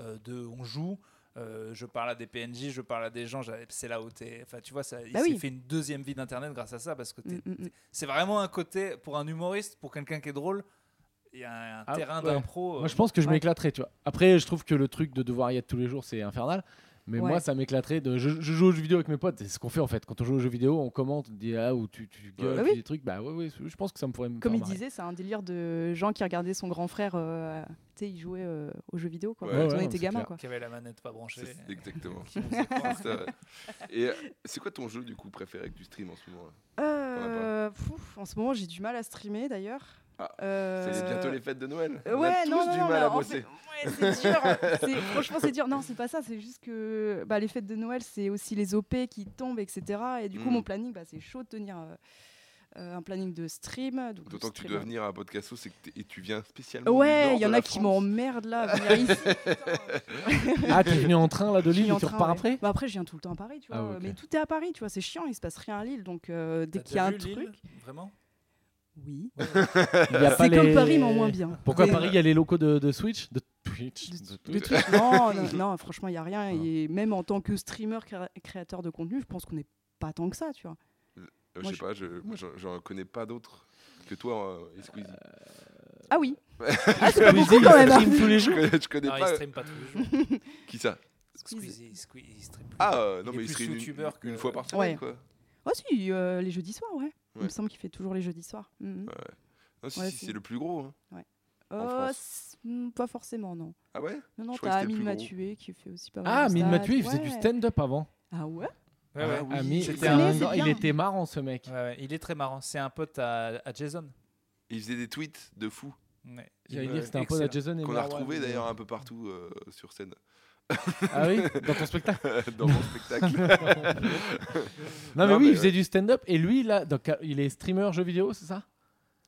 S3: euh, de on joue, euh, je parle à des PNJ, je parle à des gens, j'avais- c'est là où t'es. Enfin, tu vois, ça, il
S4: Bah
S3: s'est
S4: oui.
S3: fait une deuxième vie d'internet grâce à ça parce que t'es-
S4: Mm, mm, mm.
S3: c'est vraiment un côté pour un humoriste, pour quelqu'un qui est drôle. Il y a un, un
S2: Ah,
S3: terrain
S2: ouais.
S3: d'impro. euh,
S2: Moi, je pense que je
S4: Ouais.
S2: m'éclaterais, tu vois. Après, je trouve que le truc de devoir y être tous les jours, c'est infernal. Mais
S4: Ouais.
S2: moi, ça m'éclaterait. De... Je, je joue aux jeux vidéo avec mes potes. C'est ce qu'on fait en fait. Quand on joue aux jeux vidéo, on commente, on dit ah, ou tu, tu gueules,
S4: Bah
S2: tu
S4: oui.
S2: dis des trucs. Bah ouais, ouais, je pense que ça me pourrait me
S4: comme
S2: faire
S4: il
S2: marrer.
S4: disait, c'est un délire de gens qui regardaient son grand frère, euh, tu sais, il jouait euh, aux jeux vidéo, quoi.
S1: Ouais,
S4: quand
S2: ouais,
S4: on
S2: c'est
S4: était gamin,
S2: clair.
S4: quoi.
S3: qui avait la manette pas branchée.
S1: C'est- Exactement.
S3: Qui faisait croire.
S1: C'est vrai. Et euh, c'est quoi ton jeu du coup préféré que tu stream en ce moment là
S4: Euh, pouf, en ce moment, j'ai du mal à streamer d'ailleurs.
S1: Ah,
S4: Euh,
S1: C'est bientôt les fêtes de Noël.
S4: Euh,
S1: On
S4: ouais,
S1: a tous
S4: non, non,
S1: du
S4: non,
S1: mal
S4: mais
S1: à
S4: en
S1: bosser.
S4: fait, ouais, c'est dur. C'est- franchement, c'est dur. Non, c'est pas ça. C'est juste que bah, les fêtes de Noël, c'est aussi les OP qui tombent, etc. Et du coup,
S1: Mm.
S4: mon planning, bah, c'est chaud de tenir euh, euh, un planning de stream. donc de
S1: D'autant que tu
S4: stream- euh,
S1: dois venir à Podcasto, c'est que t'es- et tu viens spécialement.
S4: Ouais,
S1: il
S4: il y en a qui m'emmerdent là. à venir ici,
S2: Ah, t'es venu en train là de
S4: je suis
S2: Lille
S4: en
S2: et tu
S4: train,
S2: repars
S4: ouais.
S2: après
S4: bah, Après, je viens tout le temps à Paris, tu vois.
S2: Ah ouais, ok.
S4: Mais tout est à Paris, tu vois. C'est chiant, il se passe rien à Lille. Donc, euh, dès
S3: T'as
S4: qu'il y a un
S3: déjà vu
S4: truc.
S3: Lille Vraiment
S4: Oui.
S2: Il y a
S4: C'est
S2: pas
S4: comme
S2: les-
S4: Paris, mais en moins bien.
S2: Pourquoi à
S4: Mais-
S2: Paris, il y a les locaux de, de Switch De Twitch
S4: de,
S2: de
S4: de
S2: Twitch.
S4: Twitch, non, non, non, franchement, il n'y a rien.
S2: Non.
S4: Et même en tant que streamer, créa- créateur de contenu, je pense qu'on n'est pas tant que ça, tu vois.
S1: Euh, Je
S4: Moi,
S1: sais
S4: je-
S1: pas, je- moi, j'en- j'en connais pas d'autres que toi, euh, et Squeezie.
S4: Ah oui
S2: Ah, mais
S4: beaucoup,
S2: si,
S4: quand
S2: il
S4: même, hein.
S2: stream tous les
S1: Je
S2: jours.
S1: connais, je connais
S3: Non, il
S1: pas.
S3: stream pas tous les jours.
S1: Qui ça
S4: Squeeze.
S3: Squeezie, Squeezie, il stream plus.
S1: Ah, euh,
S3: Il
S1: non,
S3: est
S1: mais il
S3: plus
S1: stream une,
S3: youtubeur
S1: une
S3: que-
S1: fois par semaine,
S4: Ouais.
S1: quoi.
S4: Oh si, euh, les jeudis soirs, ouais. Il me
S1: Ouais.
S4: semble qu'il fait toujours les jeudis soirs. Mhm.
S1: Non, Ah, si,
S4: Ouais,
S1: si,
S4: si.
S1: c'est le plus gros. hein. en
S4: Euh,
S1: France.
S4: c'est- hmm, pas forcément, non.
S1: Ah ouais
S4: Non, non,
S1: Je croyais que
S4: t'as
S1: c'était
S4: Amine
S1: le plus
S4: Mathieu qui fait aussi pas mal
S2: Ah,
S4: de
S2: Mine
S4: stats.
S2: Mathieu, il faisait du
S4: Ouais.
S2: stand-up avant.
S4: Ah ouais
S3: Ouais, ouais.
S1: Ah
S2: Ami-
S3: c'était
S2: c'est
S3: un-
S2: un
S4: c'est
S2: grand- il
S4: bien.
S2: était marrant ce mec.
S3: Ouais, ouais, il est très marrant. C'est un pote à, à Jason.
S1: Il faisait des tweets de fou
S3: Ouais.
S2: J'allais
S1: Ouais,
S2: dire que c'était un peu la
S3: excellent.
S2: Jason et
S1: qu'on a
S4: bah
S2: Marwan,
S1: retrouvé
S2: mais-
S1: d'ailleurs un peu partout euh, sur scène
S2: Ah oui, dans ton spectacle.
S1: dans mon spectacle.
S2: Non, mais
S1: Non,
S2: oui,
S1: mais
S2: il faisait du stand-up et lui là, donc, euh, il est streamer jeu vidéo, c'est ça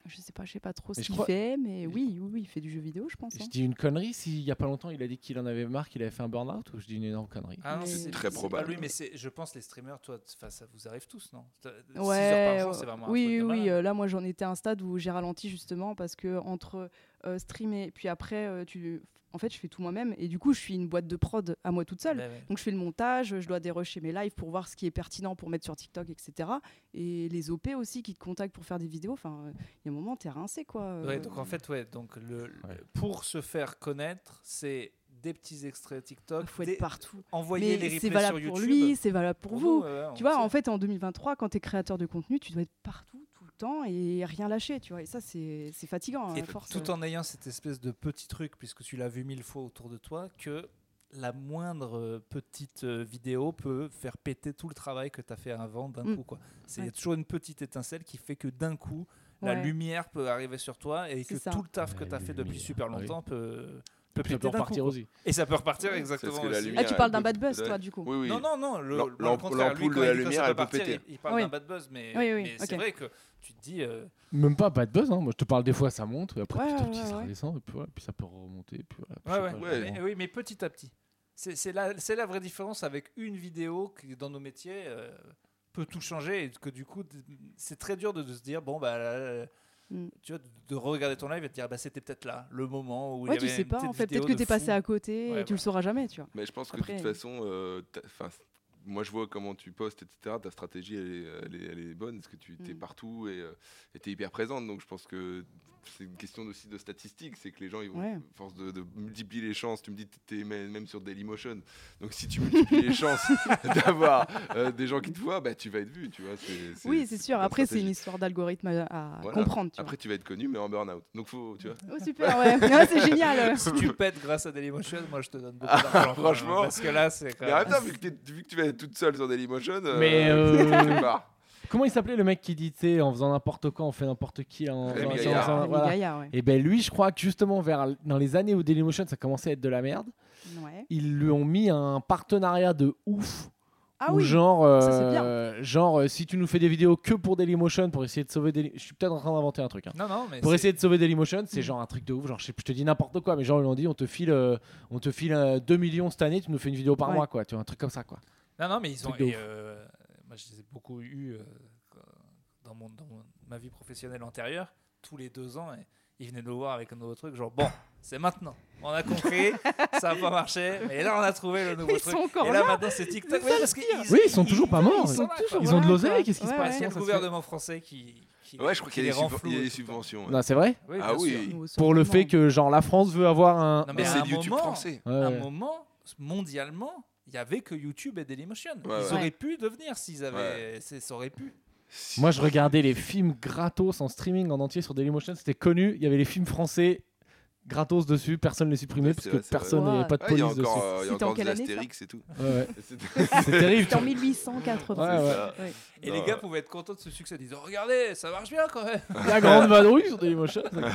S4: Je sais pas, je sais pas trop ce
S2: je
S4: qu'il
S2: crois-
S4: fait, mais oui, oui, oui, il fait du jeu vidéo, je pense.
S2: Je
S4: hein.
S2: dis une connerie. S'il y a pas longtemps, il a dit qu'il en avait marre, qu'il avait fait un burn-out, ou je dis une énorme connerie.
S3: Ah non,
S4: Mais
S1: c'est très
S3: Pas
S1: probable.
S3: lui, mais c'est- je pense les streamers, toi, t- enfin, ça vous arrive tous, non 6 heures par
S4: Ouais,
S3: jour,
S4: ouais.
S3: c'est vraiment
S4: oui,
S3: un truc de
S4: oui.
S3: malade.
S4: euh, là, moi, j'en étais à un stade où j'ai ralenti justement parce que entre euh, streamer, puis après, euh, tu, en fait, je fais tout moi-même et du coup, je suis une boîte de prod à moi toute seule.
S3: Ouais, ouais.
S4: Donc, je fais le montage, je dois dérusher mes lives pour voir ce qui est pertinent pour mettre sur TikTok, etc. Et les OP aussi qui te contactent pour faire des vidéos. Enfin, euh, il y a un moment, t'es rincé, quoi. euh.
S3: Ouais, donc en fait, ouais, donc le, le-
S2: Ouais.
S3: pour se faire connaître, c'est des petits extraits TikTok,
S4: Ah, faut
S3: des-
S4: être partout.
S3: envoyer les
S4: Mais c'est
S3: replays sur
S4: valable
S3: YouTube.
S4: pour lui, c'est valable pour,
S3: Pour
S4: vous.
S3: nous, ouais, ouais,
S4: Tu
S3: on
S4: vois, en
S3: sait.
S4: fait, en 2023, quand tu es créateur de contenu, tu dois être partout, tout le temps, et rien lâcher, tu vois. Et ça, c'est c'est fatigant, hein,
S3: Et
S4: à force. euh.
S3: tout en ayant cette espèce de petit truc, puisque tu l'as vu mille fois autour de toi, que la moindre euh, petite euh, vidéo peut faire péter tout le travail que tu as fait avant d'un
S4: Mm.
S3: coup. quoi. C'est il y a
S4: Ouais.
S3: toujours une petite étincelle qui fait que d'un coup, la
S4: Ouais.
S3: lumière peut arriver sur toi et
S4: C'est
S3: que
S4: ça.
S3: tout le taf que
S2: La
S3: tu as fait depuis
S2: lumière,
S3: super
S2: ah oui.
S3: longtemps peut,
S2: Ça
S3: peut péter
S2: peut
S3: d'un coup.
S2: repartir
S3: quoi.
S2: aussi.
S3: Et ça peut repartir
S1: Ouais,
S3: exactement.
S1: c'est ce que la
S3: aussi.
S1: lumière-
S4: Ah, tu parles d'un
S1: elle peut-
S4: bad buzz,
S1: elle-
S4: toi, du coup.
S1: Oui, oui.
S3: Non, non, non,
S1: L'am-
S3: le- le- le contraire,
S1: l'ampoule
S3: lui,
S1: de
S3: quand
S1: la
S3: il dit que
S1: lumière,
S3: ça
S1: elle peut
S3: partir,
S1: péter.
S3: Il, il parle
S4: Oui.
S3: d'un bad buzz, mais,
S4: Oui, oui,
S3: mais c'est
S4: ok.
S3: vrai que tu te dis. euh,
S2: Même pas pas de buzz. Hein. Moi, je te parle des fois, ça monte, et après
S4: Ouais,
S2: petit à
S4: ouais,
S2: petit,
S4: ouais,
S2: ça
S4: ouais.
S2: redescend, et puis, voilà, puis ça peut remonter. et Puis voilà, puis
S3: Ouais,
S2: je
S3: ouais.
S2: sais pas,
S1: Ouais.
S2: je
S3: Mais
S2: comprends.
S3: oui, mais petit à petit. C'est c'est la, c'est la vraie différence avec une vidéo qui, dans nos métiers, euh, peut tout changer et que du coup, d- c'est très dur de, de se dire bon, bah, là, là, là,
S4: Mm.
S3: tu vois, de, de regarder ton live et de dire, bah, c'était peut-être là, le moment où il
S4: Ouais,
S3: y
S4: tu
S3: avait
S4: sais
S3: une
S4: pas,
S3: petite
S4: en fait.
S3: vidéo
S4: Peut-être que
S3: de
S4: t'es passé
S3: fou.
S4: à côté et
S3: Ouais,
S4: tu le sauras jamais, tu vois.
S1: Mais je pense que
S4: Après,
S1: de toute
S4: euh,
S1: façon, euh, t'as- 'fin, c- moi je vois comment tu postes, etc. Ta stratégie, elle est, elle est, elle est bonne, parce que tu es
S4: Mm.
S1: partout et euh, et t'es hyper présente. Donc je pense que c'est une question aussi de statistiques, c'est que les gens, ils vont,
S4: Ouais.
S1: à force de, de multiplier les chances, tu me dis que tu es même sur Dailymotion. Donc si tu multiplies les chances d'avoir euh, des gens qui te voient, bah, tu vas être vu, tu vois. c'est-
S4: Oui, c'est sûr.
S1: la
S4: Après, c'est
S1: stratégie.
S4: une histoire d'algorithme à, à
S1: Voilà.
S4: comprendre, tu
S1: Après, tu vas être connu, mais en burn-out. Donc faut, tu vois.
S4: vois. Oh, super, ouais. Ouais, c'est génial.
S3: Si tu pètes grâce à Dailymotion, moi je te donne beaucoup d'argent. quand même,
S1: Ah, franchement.
S3: Parce que là, c'est quand
S1: Mais en même
S3: même.
S1: temps, vu que, t'es- vu que tu vas être toute seule sur Dailymotion, euh,
S2: Mais, euh,
S1: quelque part.
S2: Comment il s'appelait le mec qui dit, tu sais, en faisant n'importe quoi, on fait n'importe qui en.
S1: Rémi
S2: en- en-
S1: Gaillard.
S2: en-
S4: Rémi
S2: voilà.
S4: Gaillard, Ah, ouais.
S2: Et ben lui, je crois que justement vers l- dans les années où Dailymotion ça commençait à être de la merde,
S4: Ouais.
S2: ils lui ont mis un partenariat de ouf.
S4: Ah
S2: Ou
S4: oui.
S2: genre,
S4: Ça, c'est bien.
S2: euh, genre euh, si tu nous fais des vidéos que pour Dailymotion pour essayer de sauver Daily... Je suis peut-être en train d'inventer un truc. hein.
S3: Non, non, mais.
S2: Pour
S3: c'est-
S2: essayer de sauver Dailymotion, c'est
S4: Mm.
S2: genre un truc de ouf. Genre, je, sais- je te dis n'importe quoi, mais genre ils l'ont dit, on te file, euh, on te file euh, 2 millions cette année, tu nous fais une vidéo par
S4: Ouais.
S2: mois, quoi. Tu vois un truc comme ça, quoi.
S3: Non, non, mais ils ont.
S2: Truc de
S3: et,
S2: ouf.
S3: euh, moi, je les ai beaucoup eus euh, quand- dans, mon, dans mon- ma vie professionnelle antérieure, tous les deux ans, et ils venaient nous voir avec un nouveau truc, genre, bon, c'est maintenant. On a compris, ça n'a pas marché, mais là, on a trouvé le nouveau
S4: Ils
S3: truc.
S4: sont encore
S3: et là,
S4: là.
S3: maintenant, c'est TikTok.
S4: C'est
S3: Oui,
S4: ça,
S3: parce qu'ils-
S2: Oui, ils sont toujours pas morts. Ils
S3: Ils, sont
S2: sont
S3: là,
S4: toujours
S3: quoi.
S2: Ils ont de
S4: Voilà,
S2: l'oseille,
S4: quoi.
S2: qu'est-ce qui se
S4: Ouais,
S3: Bah,
S2: passe
S3: c'est
S2: Comment
S3: le
S2: ça se
S3: gouvernement français qui. qui-
S1: Ouais, je crois qu'il y,
S3: qui
S1: a des
S3: les
S1: subven-
S3: renfloue
S1: il y a
S3: tout
S1: des
S3: le temps.
S1: subventions. ouais.
S2: fait Non, c'est vrai.
S3: Oui,
S1: Ah
S3: bien
S1: oui,
S3: sûr.
S1: oui.
S2: Pour le fait que genre la France veut avoir un.
S3: Non,
S1: Mais
S3: Mais à
S1: c'est
S3: un
S1: YouTube
S3: moment-
S1: français.
S2: Ouais,
S3: à un
S2: ouais.
S3: moment, mondialement, il n'y avait que YouTube et Dailymotion.
S1: Ouais,
S3: ils
S1: ouais.
S3: auraient pu devenir s'ils avaient. c'est- Ça aurait pu.
S1: Si-
S2: Moi, je regardais les films gratos en streaming en entier sur Dailymotion. C'était connu. Il y avait les films français gratos dessus. Personne ne les supprimait
S1: Ouais,
S2: parce
S1: c'est
S2: que
S1: vrai, c'est
S2: personne
S4: vrai.
S2: n'avait pas de
S1: Ah, il y
S2: police
S1: a encore, euh, il y
S4: C'était
S1: a
S4: en
S1: encore des
S4: quelle année, ça
S1: astérix et tout.
S2: dessus. Ouais, ouais.
S1: C'était-
S2: C'est terrible.
S4: C'était en 1880.
S2: Ouais,
S1: ouais.
S4: Ouais.
S3: Et
S1: Non,
S3: les gars
S1: euh,
S3: pouvaient être contents de ce succès. Ils disaient Oh, Regardez, ça marche bien quand même.
S2: La grande vadrouille sur Dailymotion. Voilà.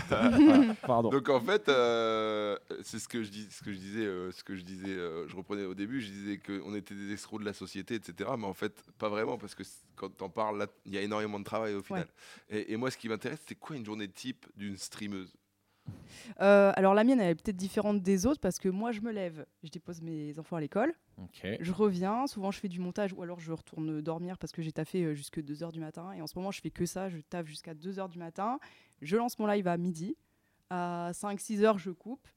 S2: Pardon.
S1: Donc en fait, euh, c'est ce que je dis, ce que je disais, euh, ce que je disais, euh, je reprenais au début, je disais qu'on était des escrocs de la société, etc. Mais en fait, pas vraiment, parce que c- quand t'en parles, là, il y a énormément de travail au final. Et, et moi, ce qui m'intéresse, c'est quoi une journée type d'une streameuse
S4: Euh, alors la mienne, elle est peut-être différente des autres parce que moi, je me lève, je dépose mes enfants à l'école, je reviens, souvent je fais du montage ou alors je retourne dormir parce que j'ai taffé euh, jusque 2h du matin. Et en ce moment, je fais que ça, je taffe jusqu'à 2h du matin. Je lance mon live à midi. À 5-6h, je coupe.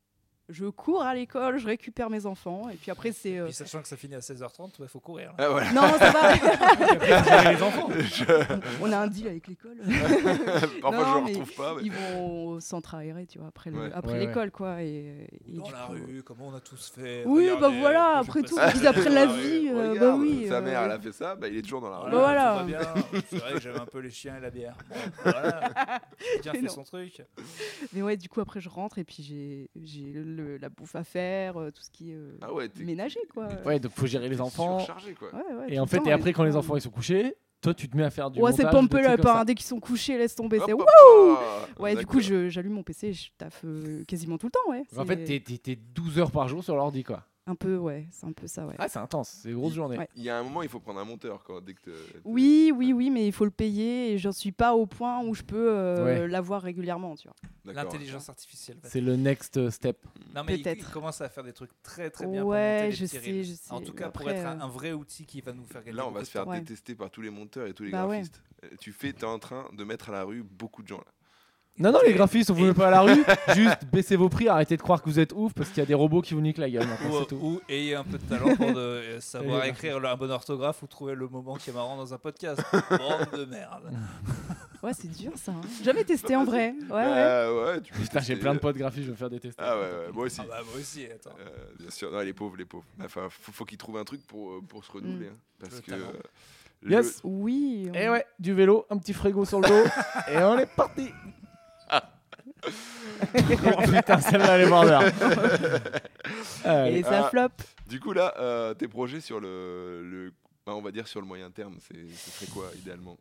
S4: Je cours à l'école, je récupère mes enfants. Et puis après, c'est... euh,
S3: Puis sachant que ça finit à 16h30, il faut courir.
S1: Ah voilà.
S4: Non, ça va,
S3: les enfants.
S4: on a un deal avec l'école.
S1: Parfois,
S4: Non,
S1: je ne
S4: mais
S1: retrouve pas. mais-
S4: Ils vont au centre aéré, tu vois, après le-
S1: Ouais.
S4: après
S2: Ouais, ouais.
S4: l'école, quoi. Et, et
S3: Dans
S4: du
S3: la
S4: coup,
S3: rue, comment on a tous fait.
S4: Oui,
S3: regardez,
S4: bah voilà,
S3: je
S4: après
S3: passe
S4: tout,
S3: la
S4: ils
S3: journée
S4: apprennent
S3: dans
S4: la
S3: rue.
S4: vie. euh, bah
S1: Ah, Regarde,
S4: oui,
S1: sa
S4: euh,
S1: mère, elle a fait ça, bah, il est toujours dans la rue.
S4: Bah voilà.
S3: tout va bien. C'est vrai que j'avais un peu les chiens et la bière. Bon, voilà. Bien
S4: Mais
S3: fait
S4: non.
S3: son truc.
S4: Mais ouais, du coup, après, je rentre et puis j'ai- j'ai le- la bouffe à faire, euh, tout ce qui est euh,
S1: Ah ouais, t'es-
S4: ménager, quoi.
S2: Ouais, donc faut gérer les
S1: t'es
S2: enfants.
S1: surchargé, quoi.
S4: Ouais, ouais,
S2: Et
S4: tout
S2: en
S4: le
S2: fait,
S4: temps,
S2: et après quand les
S4: tout
S2: enfants ils sont couchés, toi tu te mets à faire du
S4: Ouais, c'est
S2: montage.
S4: pompe
S2: des trucs
S4: up,
S2: comme
S4: hein,
S2: ça.
S4: dès qu'ils sont couchés, laisse tomber,
S1: Hop,
S4: c'est
S1: hop,
S4: wouh
S1: hop.
S4: Ouais, du
S1: D'accord.
S4: coup, je- j'allume mon PC et je taffe euh, quasiment tout le temps, ouais.
S2: En fait, t'es-
S4: c'est
S2: t'es t'es 12 heures par jour sur l'ordi quoi.
S4: Un peu, ouais, c'est un peu ça, ouais.
S2: Ah, c'est intense, c'est une grosse journée.
S4: Ouais.
S1: Il y a un moment, il faut prendre un monteur quand dès que t'es-
S4: Oui, oui, oui, mais il faut le payer et j'en suis pas au point où je peux euh,
S2: Ouais.
S4: l'avoir régulièrement, tu vois.
S1: D'accord.
S3: L'intelligence artificielle. va
S2: C'est le next step.
S3: Non, mais il- il,
S4: Peut-être.
S3: commence à faire des trucs très très bien. pour
S4: Ouais,
S3: monter des
S4: je
S3: petits
S4: sais,
S3: reels.
S4: je sais.
S3: En tout cas, pour
S4: Après,
S3: être un,
S4: euh,
S3: un vrai outil qui va nous faire gagner.
S1: Là, on va
S3: beaucoup
S1: se faire
S4: temps. Ouais.
S1: détester par tous les monteurs et tous les
S4: Bah ouais.
S1: graphistes. Euh, Tu fais, t'es en train de mettre à la rue beaucoup de gens là.
S2: Non, non, les graphistes, on vous
S3: Et-
S2: met pas à la rue. Juste baissez vos prix, arrêtez de croire que vous êtes ouf parce qu'il y a des robots qui vous niquent la gueule.
S4: Ah,
S2: maintenant, c'est tout.
S3: Ou, ou ayez un peu de talent pour de, euh, savoir
S2: Et-
S3: écrire le- un bon orthographe ou trouver le moment qui est marrant dans un podcast. Bande de merde.
S4: Ouais, c'est dur, ça. hein. Jamais testé en vrai. Ouais, ouais.
S1: Bah, ouais, tu peux
S2: Putain, j'ai
S1: tester.
S2: plein de potes graphistes, je vais me faire détester.
S1: Ah ouais, ouais, moi aussi.
S3: Ah bah moi aussi, attends.
S1: Euh, bien sûr, non, les pauvres, les pauvres. Enfin, faut, faut qu'ils trouvent un truc pour, euh, pour se
S4: Mm.
S1: renouveler. hein, parce
S3: Le
S1: que.
S3: talent.
S1: euh, le-
S2: Yes.
S4: Oui. on-
S2: Et Eh ouais, du vélo, un petit frigo sur le dos, et on est parti. oh putain, celle-là, elle est Euh, mordeur.
S4: Et
S2: Allez.
S4: ça
S1: Ah.
S4: flop.
S1: Du coup, là, euh, tes projets sur le. le bah, on va dire sur le moyen terme, c'est- ce serait quoi idéalement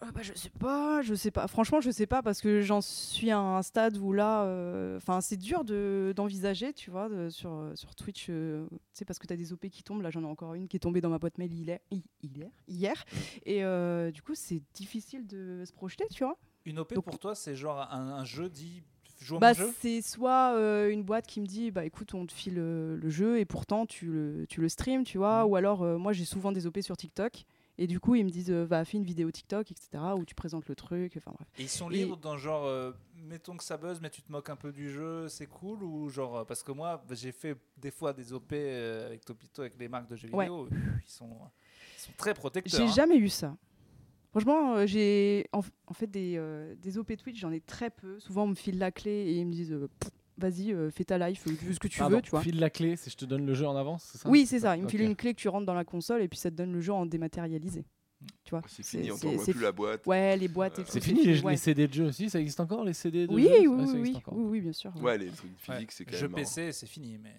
S4: Ah bah, je sais pas, je sais pas. Franchement, je sais pas parce que j'en suis à un stade où là, euh, enfin, c'est dur de d'envisager, tu vois, de- sur euh, sur Twitch. euh, tu sais parce que t'as des op qui tombent. Là, j'en ai encore une qui est tombée dans ma boîte mail hier, hi- hier, hier. Et euh, du coup, c'est difficile de se projeter, tu vois.
S3: Une OP
S4: Donc-
S3: pour toi, c'est genre un, un jeu dit joue à
S4: Bah,
S3: mon jeu
S4: c'est soit euh, une boîte qui me dit bah écoute on te file euh, le jeu et pourtant tu le, tu le stream tu vois
S3: Mhm.
S4: ou alors euh, moi j'ai souvent des op sur TikTok Et du coup, ils me disent, euh, va, fais une vidéo TikTok, etc., où tu présentes le truc. Enfin, bref.
S3: Et ils sont
S4: Et-
S3: libres dans genre, euh, mettons que ça buzz, mais tu te moques un peu du jeu, c'est cool ou genre euh, parce que moi bah, j'ai fait des fois des OP euh, avec Topito avec les marques de jeux
S4: Ouais.
S3: vidéo, pff, ils sont, ils sont très protecteurs.
S4: J'ai
S3: hein.
S4: jamais eu ça. Franchement, euh, j'ai en, f- en fait des, euh, des OP Twitch, j'en ai très peu. Souvent, on me file la clé et ils me disent euh, Pff, vas-y, euh, fais ta life, euh, fais ce que tu
S2: Pardon,
S4: veux, tu vois.
S2: File la clé, c'est je te donne le jeu en avance, c'est ça
S4: Oui, c'est ça. Ils me
S2: Ok.
S4: filent une clé que tu rentres dans la console et puis ça te donne le jeu en dématérialisé. Tu vois.
S1: C'est fini, on
S4: Ah, c'est-
S1: t'envoie
S4: c'est-
S1: plus la boîte.
S4: Ouais, les boîtes. et
S1: Euh,
S4: tout,
S2: C'est fini les,
S4: ouais.
S2: les CD de jeu aussi, ça existe encore les CD de
S4: Oui,
S2: jeu
S4: oui,
S2: Ouais,
S4: oui,
S2: ça existe
S4: oui,
S2: encore.
S4: oui, oui, bien sûr.
S1: Ouais, les trucs
S3: Ouais.
S1: physiques, c'est quand même.
S3: Jeu
S1: marrant.
S3: PC, c'est fini, mais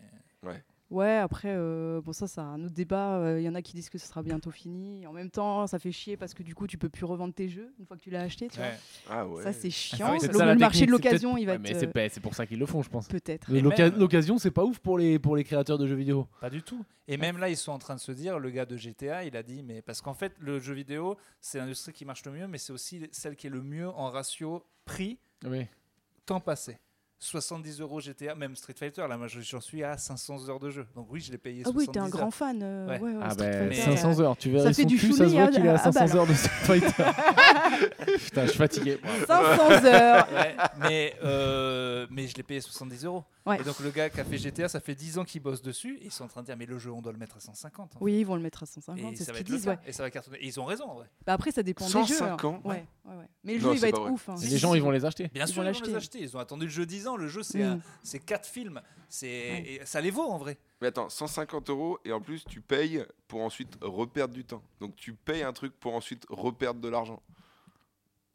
S4: Ouais, après, euh, bon, ça, c'est un autre débat. Euh, Il y en a qui disent que ce sera bientôt fini. En même temps, ça fait chier parce que du coup, tu peux plus revendre tes jeux une fois que tu l'as acheté. Tu vois.
S3: Ouais.
S1: Ah ouais.
S4: Ça, c'est
S2: Ah
S4: chiant.
S2: oui,
S3: c'est
S4: le,
S2: ça, la
S4: le marché de
S2: technique, c'est
S4: l'occasion,
S2: peut-être-
S4: il va
S2: Ouais,
S4: être.
S2: mais c'est
S4: euh,
S2: pas- c'est pour ça qu'ils le font, je pense.
S4: Peut-être.
S2: Le
S3: Et
S2: loca-
S3: même-
S2: L'occasion, c'est pas ouf pour les, pour les créateurs de jeux vidéo.
S3: Pas du tout. Et même là, ils sont en train de se dire, le gars de GTA, il a dit, mais parce qu'en fait, le jeu vidéo, c'est l'industrie qui marche le mieux, mais c'est aussi celle qui est le mieux en ratio prix-temps
S2: Oui.
S3: passé. 70 euros GTA, même Street Fighter, là, moi, je- j'en suis à 500 heures de jeu. Donc oui, je l'ai payé
S4: Ah
S3: 70
S4: oui, t'es un
S3: heures.
S4: grand fan. euh,
S3: Ouais.
S4: ouais, ouais,
S2: Ah
S4: Street
S2: ben,
S4: Fighter,
S2: 500 heures, tu verras
S4: Ça fait
S2: son
S4: du
S2: cul,
S4: choulet
S2: ça se voit
S4: à-
S2: qu'il est à
S4: à
S2: 500
S4: balle.
S2: heures de Street Fighter. Ah, Putain, je suis fatigué.
S4: euh, 500 heures.
S3: Ouais, mais, euh, mais je l'ai payé 70 euros.
S4: Ouais.
S3: Et donc le gars qui a fait GTA, ça fait 10 ans qu'il bosse dessus. Et ils sont en train de dire, mais le jeu, on doit le mettre à 150. en fait.
S4: Oui, ils vont le mettre à
S3: Et
S4: 150, c'est
S3: ça,
S4: ce
S3: va
S4: qu'ils
S3: être le
S4: disent.
S3: cas.
S4: Ouais.
S3: et ça va cartonner. Et ils ont raison, en vrai.
S4: Bah après, ça dépend des jeux.
S1: 105
S4: hein.
S1: ans,
S4: ouais, ouais, ouais. Mais le
S1: Non,
S4: jeu, il
S1: c'est
S4: va
S1: pas
S4: être
S1: vrai.
S4: ouf. hein.
S2: Les gens, ils vont les acheter.
S3: Bien
S4: Ils
S3: sûr,
S4: vont
S3: ils vont les
S4: l'acheter.
S3: acheter. Ils ont attendu le jeu 10 ans. Le jeu, c'est
S4: Mm.
S3: un- c'est 4 films. C'est et ça les vaut en vrai.
S1: Mais attends, 150 euros et en plus tu payes pour ensuite reperdre du temps. Donc tu payes un truc pour ensuite reperdre de l'argent.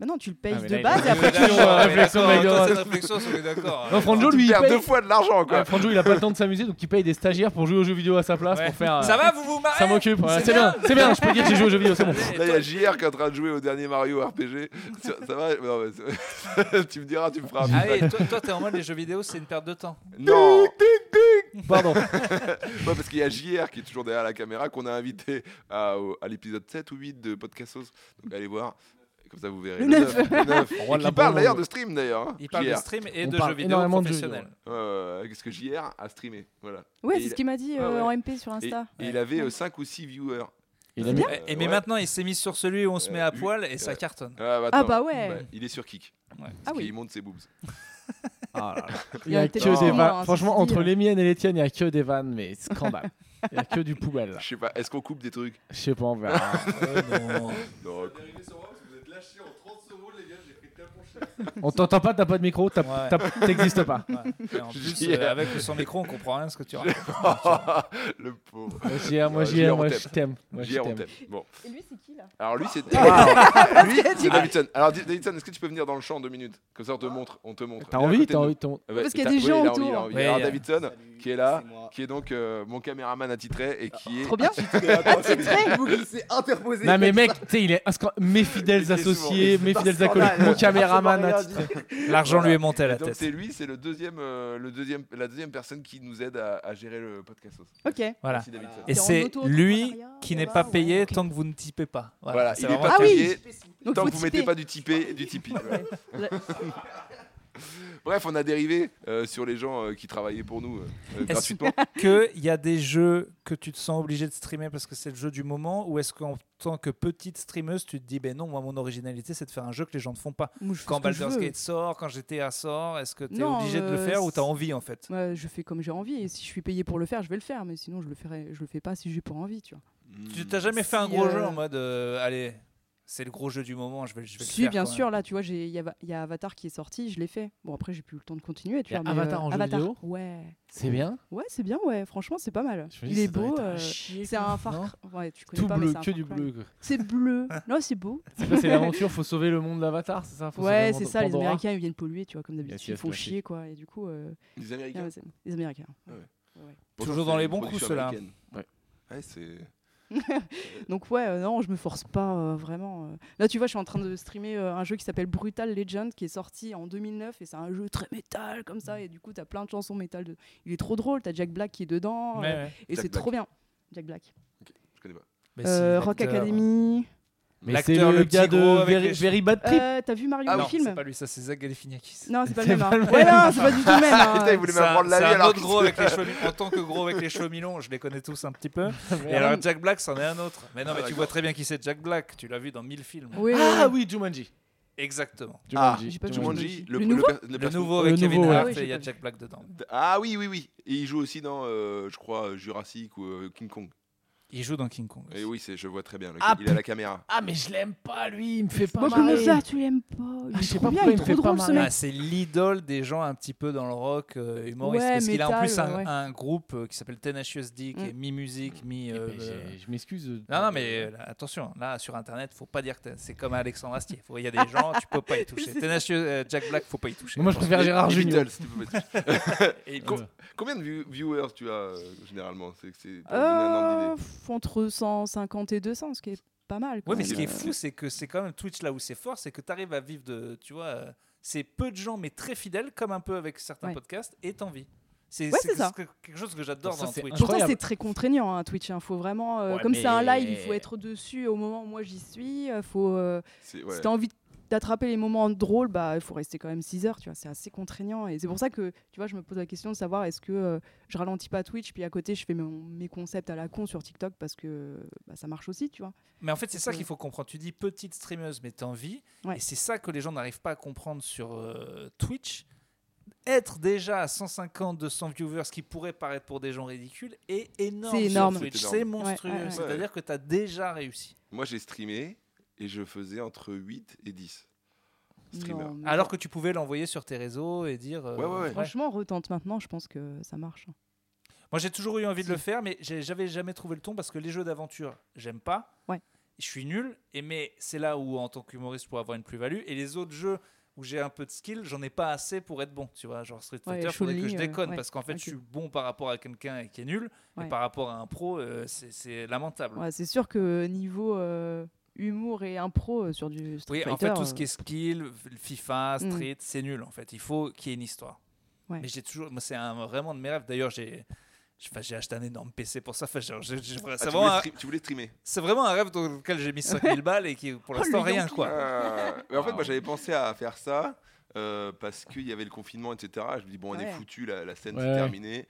S4: Bah non, tu le
S2: Ah,
S4: payes
S2: mais
S4: de
S2: là,
S4: base
S2: il
S4: et
S2: a-
S3: Euh,
S4: après,
S2: il
S4: tu
S2: a-
S4: le
S2: Attention,
S4: rends.
S3: Toi,
S2: réflexion,
S3: toi,
S2: Megan.
S3: cette réflexion, on est d'accord.
S2: Non, Franjo,
S1: tu
S2: lui, il
S1: perds
S2: paye.
S1: deux fois de l'argent quoi.
S2: Ouais, Franjo, il a pas le temps de s'amuser, donc il paye des stagiaires pour jouer aux jeux vidéo à sa place
S3: Ouais.
S2: pour faire. euh,
S3: Ça va, vous vous marrez
S2: Ça m'occupe. ouais, C'est bien, c'est bien, je peux dire que j'ai joué aux jeux vidéo, c'est bon.
S3: Allez,
S1: Là, il y
S3: toi-
S1: a JR qui est en train de jouer au dernier Mario RPG. ça, ça va Non, mais c'est- Tu me diras, tu me feras un
S3: Ah
S1: feedback.
S3: oui, toi, toi, t'es en mode les jeux vidéo, c'est une perte de temps.
S1: Non
S2: Pardon.
S1: Ouais, Parce qu'il y a JR qui est toujours derrière la caméra, qu'on a invité à, au- à l'épisode 7 ou 8 de Podcastos. Donc allez voir, comme ça vous verrez.
S4: Le neuf.
S1: neuf, le neuf.
S2: roi de
S1: Et
S2: la
S1: qui parle
S2: bande.
S1: d'ailleurs de stream d'ailleurs. hein,
S3: Il parle de
S1: JR.
S3: stream et
S2: On
S3: de
S2: parle
S3: jeux vidéo
S2: énormément de jeux vidéo,
S3: professionnels.
S1: Euh, Qu'est-ce que JR a streamé Voilà.
S4: Ouais,
S1: Et
S4: c'est ce qu'il m'a dit
S1: Ah
S4: euh,
S1: ouais.
S4: en MP sur
S1: Et,
S4: Insta.
S1: et il avait 5 ou 6 viewers.
S2: Il a
S1: Euh,
S2: mis-
S1: ouais.
S3: Et, et mais maintenant, il s'est mis sur celui où on se
S1: Euh,
S3: met à
S1: lui-
S3: poil et
S1: euh,
S3: ça cartonne.
S1: Ah, bah,
S4: Ah
S1: attends.
S4: bah ouais.
S1: Ouais, il est sur kick.
S4: Ah
S1: Parce qu'il
S4: oui.
S1: monte ses boobs.
S2: Ah Il y a
S4: peut-être
S2: que
S1: aussi
S2: des
S4: moins, hein,
S2: vannes.
S4: ça
S2: Franchement,
S4: se dit,
S2: entre
S4: hein.
S2: les miennes et les tiennes, il y a que des vannes, mais scandale. Il y a que du poubelle.
S1: Je sais pas, est-ce qu'on coupe des trucs
S2: Je sais pas, on verra.
S1: Non,
S2: On t'entend pas, t'as pas de micro, t'as-
S3: Ouais.
S2: t'as- t'existes pas.
S3: Ouais. Et en plus,
S1: Yeah.
S3: euh, avec ou sans micro, on comprend rien de ce que tu racontes.
S1: le pauvre.
S2: Moi, j'y aime, moi,
S1: Ouais,
S2: j'y
S1: j'y ai,
S2: aime,
S1: on
S2: moi,
S1: t'aime.
S2: je t'aime. Moi, je
S1: JR, on
S2: t'aime.
S1: t'aime. Bon,
S4: Et lui, c'est qui là
S1: alors lui, c'est.
S4: Parce que-
S1: C'est Davidson. Alors, Di- Davidson, est-ce que tu peux venir dans le champ en deux minutes Comme ça, on te montre. On te montre.
S2: T'as
S1: Il est à
S2: envie,
S1: côté
S2: t'as
S1: de nous.
S2: envie, t'as envie.
S1: Ah ouais,
S4: Parce qu'il y a
S1: t'as-
S4: des
S1: oui,
S4: gens
S1: il a envie,
S4: autour.
S1: il a envie.
S3: Ouais,
S1: Alors,
S3: il y a-
S1: Davidson,
S5: Salut,
S1: qui est là,
S5: c'est moi.
S1: qui est donc euh, mon caméraman attitré et qui est.
S4: Trop bien.
S5: Attitré Vous glissez interposé
S2: Non mais mec, tu sais, il est ascan- mes fidèles
S1: Il est
S2: associés, mes
S5: C'est un
S2: fidèles
S5: scandale.
S2: acolytes, mon caméraman,
S5: Absolument rien
S2: attitré.
S3: L'argent lui
S1: Voilà.
S3: est monté à la
S1: Donc,
S3: tête.
S1: c'est lui, c'est le deuxième, euh, le deuxième, la deuxième personne qui nous aide à, à gérer le podcast.
S4: Ok.
S3: Voilà.
S1: Merci Davidson.
S3: Et
S4: T'es en
S3: c'est lui
S4: auto-entrepreneuriat,
S3: qui
S4: ça
S3: n'est
S4: va,
S3: pas
S4: ouais,
S3: payé
S4: ok.
S3: tant que vous ne typez pas.
S1: Voilà,
S3: c'est
S1: il est
S3: vraiment-
S1: pas
S4: Ah oui.
S1: payé
S4: Donc,
S1: tant
S4: faut
S1: que vous mettez
S4: typer.
S1: pas du tipé, du tipi. voilà. Bref, on a dérivé euh, sur les gens euh, qui travaillaient pour nous euh, euh, gratuitement.
S3: qu'il y a des jeux que tu te sens obligé de streamer parce que c'est le jeu du moment ou est-ce qu'en tant que petite streameuse, tu te dis, ben non, moi, mon originalité, c'est de faire un jeu que les gens ne font pas
S4: Moi, je fais
S3: Quand
S4: ce que je
S3: Baldur's
S4: veux.
S3: Gate sort, quand GTA sort, est-ce que tu es
S4: Non,
S3: obligé de le
S4: euh,
S3: faire ou tu as
S4: c'est- Bah,
S3: envie en fait
S4: Ouais, je fais comme j'ai envie et si je suis payé pour le faire, je vais le faire. Mais sinon, je le ferai, je le fais pas si j'ai pas envie, tu vois.
S3: Tu t'as jamais fait un
S4: Si,
S3: gros
S4: euh,
S3: jeu en mode, euh, allez, c'est le gros jeu du moment, je vais, je vais le
S4: Si,
S3: faire
S4: bien
S3: quand même.
S4: sûr, là, tu vois, j'ai- il y, a- il y a Avatar qui est sorti, je l'ai fait. Bon, après, j'ai plus eu le temps de continuer, tu
S2: Y a
S4: vois. mais, euh,
S2: Avatar en jeu
S4: Avatar,
S2: vidéo
S4: Ouais,
S2: C'est bien.
S4: ouais, c'est bien, ouais. Franchement, c'est pas mal.
S2: Je me dis,
S4: Il est
S2: ça doit
S4: beau.
S2: être un
S4: euh,
S2: chier,
S4: C'est
S2: quoi.
S4: un Far
S2: Non
S4: Cry- Ouais, tu connais
S2: Tout
S4: pas, mais
S2: bleu,
S4: c'est un
S2: que
S4: Far
S2: du
S4: Cry.
S2: bleu. quoi.
S4: C'est bleu. Non, c'est beau.
S2: C'est quoi, c'est l'aventure, faut sauver le monde d'Avatar, c'est ça Faut sauver
S4: ouais,
S2: le
S4: c'est
S2: monde
S4: ça. Les
S2: Pandora.
S4: Américains, ils viennent polluer, tu vois, comme d'habitude.
S2: Yes,
S4: ils
S2: yes,
S4: font
S2: classique.
S4: chier, quoi. Et du coup, euh,
S1: Les Américains.
S4: ah ouais, c'est- les Américains. ouais. Ouais.
S1: Pourtant,
S3: Toujours
S1: c'est
S3: dans les
S1: une
S3: bons
S1: production
S3: coups, ceux-là.
S1: américaine.
S2: Ouais.
S1: Ouais, c'est.
S4: Donc ouais, euh, non, je me force pas euh, vraiment. euh. Là, tu vois, je suis en train de streamer euh, un jeu qui s'appelle Brutal Legend, qui est sorti en 2009 et c'est un jeu très métal comme ça. Et du coup, t'as plein de chansons métal. De... Il est trop drôle. T'as Jack Black qui est dedans
S3: Ouais,
S4: euh,
S3: ouais.
S4: et
S1: Jack
S4: c'est
S1: Black.
S4: trop bien. Jack Black.
S1: Je connais pas.
S3: Mais
S4: Euh,
S3: si,
S4: Rock
S3: l'acteur-
S4: Academy.
S2: Mais c'est
S3: L'acteur,
S2: le,
S3: le petit
S2: gars de
S3: gros avec
S2: Very,
S3: les
S2: Very Bad Trip.
S4: Euh, T'as vu Mario
S3: Ah
S4: le
S3: non,
S4: film
S3: c'est pas lui, ça c'est Zach Galifianakis.
S4: Non, c'est pas le même. hein. Ouais, non, c'est pas du tout le même. hein.
S1: Putain, il voulait
S3: C'est
S1: même
S3: un,
S1: prendre la
S3: c'est
S1: vie
S3: un
S1: alors
S3: autre
S1: que
S3: gros avec les cheveux mi- en tant que gros avec les cheveux mi-longs, je les connais tous un petit peu.
S4: Euh,
S3: Et alors Jack Black, c'en est un autre. Mais non,
S1: Ah,
S3: mais tu
S1: d'accord.
S3: vois très bien qui c'est Jack Black. Tu l'as vu dans mille films.
S4: Oui,
S2: Ah
S4: oui,
S2: oui, Jumanji.
S3: Exactement.
S1: Ah,
S2: Jumanji.
S4: j'ai pas vu
S2: Jumanji.
S1: Jumanji,
S4: Le nouveau
S1: per-
S3: Le
S1: perso-
S3: nouveau
S2: Le
S3: avec Kevin
S2: nouveau, ouais.
S3: Hart,
S4: Ah oui,
S3: et il y a
S4: j'ai pas
S3: Jack Black dedans.
S1: Ah oui, oui, oui. Et il joue aussi dans, euh, je crois, euh, Jurassic ou euh, King Kong.
S3: Il joue dans King Kong. aussi.
S1: Et oui, c'est, je vois très bien. le-
S2: Ah,
S1: il a la caméra.
S2: Ah, mais je l'aime pas, lui. Il me fait pas
S4: Moi,
S2: marrer.
S4: comment ça, tu l'aimes pas Il
S2: Ah, je sais
S4: est
S2: pas
S4: trop bien,
S2: pourquoi
S4: il
S2: il
S4: est
S2: me fait
S4: trop drôle
S2: pas
S4: ce
S2: marrer.
S3: Ah,
S4: mec.
S3: c'est l'idole des gens un petit peu dans le rock euh, humoriste
S4: Ouais,
S3: parce qu'il a en
S4: métal,
S3: plus un,
S4: ouais.
S3: un groupe euh, qui s'appelle Tenacious D qui
S4: Mm.
S3: est mi-musique, mi.
S2: Eh ben,
S3: euh,
S2: j'ai- Je m'excuse. de-
S3: Non, non, mais euh, là, attention, là sur internet, faut pas dire que t'es- c'est comme Alexandre Astier. Faut- Il y a des gens, tu peux pas y toucher. Tenacious euh, Jack Black, faut pas y toucher.
S2: Mais moi, je préfère
S1: Les-
S2: Gérard
S1: les
S2: Junior.
S1: Beatles, tu peux mettre-
S3: Et-
S1: Com-
S2: euh,
S1: Combien de view- viewers tu as euh, généralement C'est que Ah, c'est pour donner un ordre
S4: Euh, pff, entre 150 et 200, ce qui est pas mal.
S3: Ouais,
S4: quoi.
S3: mais ce qui est
S4: Euh,
S3: fou, c'est que c'est quand même Twitch là où c'est fort, c'est que tu arrives à vivre de. Tu vois, euh, c'est peu de gens, mais très fidèles, comme un peu avec certains
S4: Ouais.
S3: podcasts, et t'en vis. C'est
S4: Ouais,
S3: c'est
S4: c'est ça.
S3: que- quelque chose que j'adore
S2: Ça,
S3: dans
S2: c'est
S3: Twitch.
S2: incroyable.
S4: Pourtant, c'est très contraignant, hein, Twitch. Il faut vraiment, euh,
S2: Ouais,
S4: comme c'est un
S2: mais-
S4: live, il faut être dessus au moment où moi j'y suis. euh, faut, euh,
S1: d'idée. C'est- ouais.
S4: Si t'as envie d'attraper les moments drôles, bah il faut rester quand même 6 heures. Tu vois, c'est assez contraignant. Et c'est pour ça que tu vois, je me pose la question de savoir est-ce que euh, je ralentis pas Twitch, puis à côté je fais mon- mes concepts à la con sur TikTok parce que bah, ça marche aussi, tu vois.
S3: Mais en fait, c'est ça
S4: que-
S3: qu'il faut comprendre. Tu dis petite streameuse, mais t'en vis.
S4: Ouais.
S3: Et c'est ça que les gens n'arrivent pas à comprendre sur euh, Twitch. Être déjà à 150, 200 viewers, ce qui pourrait paraître pour des gens ridicules, est énorme.
S4: C'est
S3: sur
S4: énorme.
S3: Twitch.
S1: C'est
S3: C'est
S1: énorme.
S3: monstrueux.
S4: Ouais, ouais, ouais.
S3: C'est-à-dire que tu as déjà réussi.
S1: Moi, j'ai streamé et je faisais entre 8 et 10 streamers.
S4: Non, mais-
S3: Alors que tu pouvais l'envoyer sur tes réseaux et dire. euh,
S1: Ouais, ouais, ouais.
S4: Franchement, retente maintenant, je pense que ça marche. hein.
S3: Moi, j'ai toujours eu envie de
S4: Si.
S3: le faire, mais j'ai- j'avais jamais trouvé le ton parce que les jeux d'aventure, j'aime pas.
S4: Ouais.
S3: Je suis nul. Et mais c'est là où, en tant qu'humoriste, je pourrais avoir une plus-value. Et les autres jeux où j'ai un peu de skill, j'en ai pas assez pour être bon. Tu vois, genre Street
S4: Ouais,
S3: Fighter, faudrait que
S4: Chun-Li,
S3: je
S4: euh,
S3: déconne
S4: ouais,
S3: parce qu'en fait,
S4: ok.
S3: je suis bon par rapport à quelqu'un qui est nul,
S4: Ouais.
S3: et par rapport à un pro, euh, c'est- c'est lamentable.
S4: Ouais, c'est sûr que niveau euh, humour et impro euh, sur du Street
S3: Oui, en
S4: Fighter,
S3: fait, tout ce qui
S4: euh,
S3: est skill, FIFA,
S4: Mm.
S3: street, c'est nul en fait. Il faut qu'il y ait une histoire.
S4: Ouais.
S3: Mais j'ai toujours, moi, c'est un- vraiment de mes rêves. D'ailleurs, j'ai, j'ai- enfin, j'ai acheté un énorme PC pour ça. Enfin, genre, j'ai- j'ai-
S1: Ah,
S3: c'est
S1: tu,
S2: hein
S3: vraiment
S1: voulais
S3: un-
S1: stream- tu voulais streamer
S3: C'est vraiment un rêve dans lequel j'ai mis 5000 balles et qui pour
S4: Oh,
S3: l'instant
S4: le
S3: rien
S4: Yankee.
S3: quoi.
S1: Ah, mais en fait,
S3: Wow.
S1: moi, j'avais pensé à faire ça euh, parce qu'il y avait le confinement, etc. Je me dis, bon, on est
S4: Ouais.
S1: foutu, la, la scène,
S2: Ouais,
S1: c'est
S2: ouais.
S1: terminé.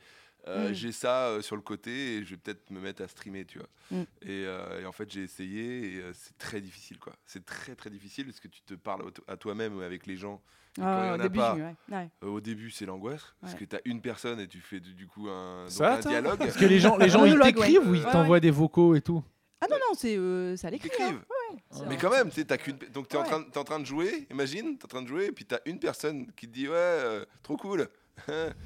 S1: Euh,
S4: Mm.
S1: J'ai ça euh, sur le côté et je vais peut-être me mettre à streamer, tu vois.
S4: Mm.
S1: Et, euh, et en fait, j'ai essayé et euh, c'est très difficile, quoi. C'est très, très difficile parce que tu te parles à to- à toi-même avec les gens. quand il y
S4: ah,
S1: en
S4: au
S1: a
S4: début,
S1: pas,
S4: j'ai- ouais, ouais.
S1: Euh, au début, c'est l'angoisse parce
S4: Ouais.
S1: que tu as une personne et tu fais du, du coup un,
S3: Ça,
S1: donc un
S3: attends.
S1: dialogue.
S2: Parce que les gens,
S4: Ah,
S2: les gens ils
S4: Monologue,
S2: t'écrivent
S1: ouais.
S2: ou ils
S1: Ouais,
S2: t'envoient des vocaux et tout.
S4: Ah non, non, c'est euh, ça
S1: Ils
S4: l'écrit. hein.
S1: t'écrivent.
S4: C'est
S1: Mais
S4: un-
S1: quand même, tu sais, t'as qu'une. Donc t'es en
S4: Ouais.
S1: train, t'es en train de jouer. Imagine, t'es en train de jouer, et puis t'as une personne qui te dit ouais, euh, trop cool.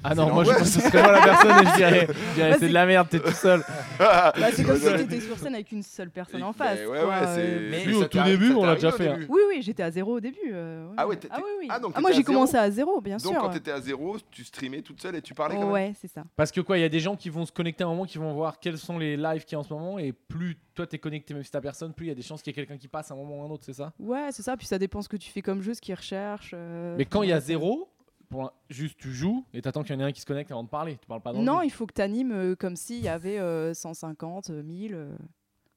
S2: Ah non, moi, je
S1: l'angoisse.
S2: pense que ce serait moi la personne et je dirais, je dirais,
S4: Bah,
S2: c'est
S4: c'est-
S2: de la merde, t'es tout seul.
S4: Bah, c'est comme si
S1: Ouais, ouais.
S4: t'étais sur scène avec une seule personne en
S1: Mais
S4: face.
S1: ben ouais,
S4: quoi,
S1: ouais,
S4: euh.
S1: c'est-
S3: Mais
S1: ça
S2: Lui, au tout
S1: t'arrive-
S2: début,
S1: ça
S2: on l'a
S1: t'arrive
S2: déjà
S1: au
S2: fait, hein.
S1: début.
S4: Oui, oui, j'étais à zéro au début. euh,
S1: Ah ouais, t'es-
S4: ah,
S1: t'es-
S4: oui, oui.
S1: ah, donc
S4: Ah, moi
S1: t'étais
S4: j'ai
S1: à zéro.
S4: commencé à zéro, bien
S1: Donc
S4: sûr. Oh,
S1: quand t'étais à zéro, tu streamais toute seule et tu parlais quand même.
S4: ouais, c'est ça.
S2: Parce que quoi, il y a des gens qui vont se connecter à un moment, qui vont voir quels sont les lives qu'il y a en ce moment, et plus toi t'es connecté, même si t'as personne, plus il y a des chances qu'il y ait quelqu'un qui passe à un moment ou à un autre, c'est ça
S4: Ouais, c'est ça. Puis ça dépend ce que tu fais comme jeu, ce qu'ils recherchent. euh,
S2: Mais quand il y a zéro, pour un- juste tu joues et t'attends qu'il y en ait un qui se connecte avant de parler, tu parles pas dans le
S4: Non,
S2: vide.
S4: il faut que t'animes euh, comme s'il y avait euh, 150, euh, 1000. euh.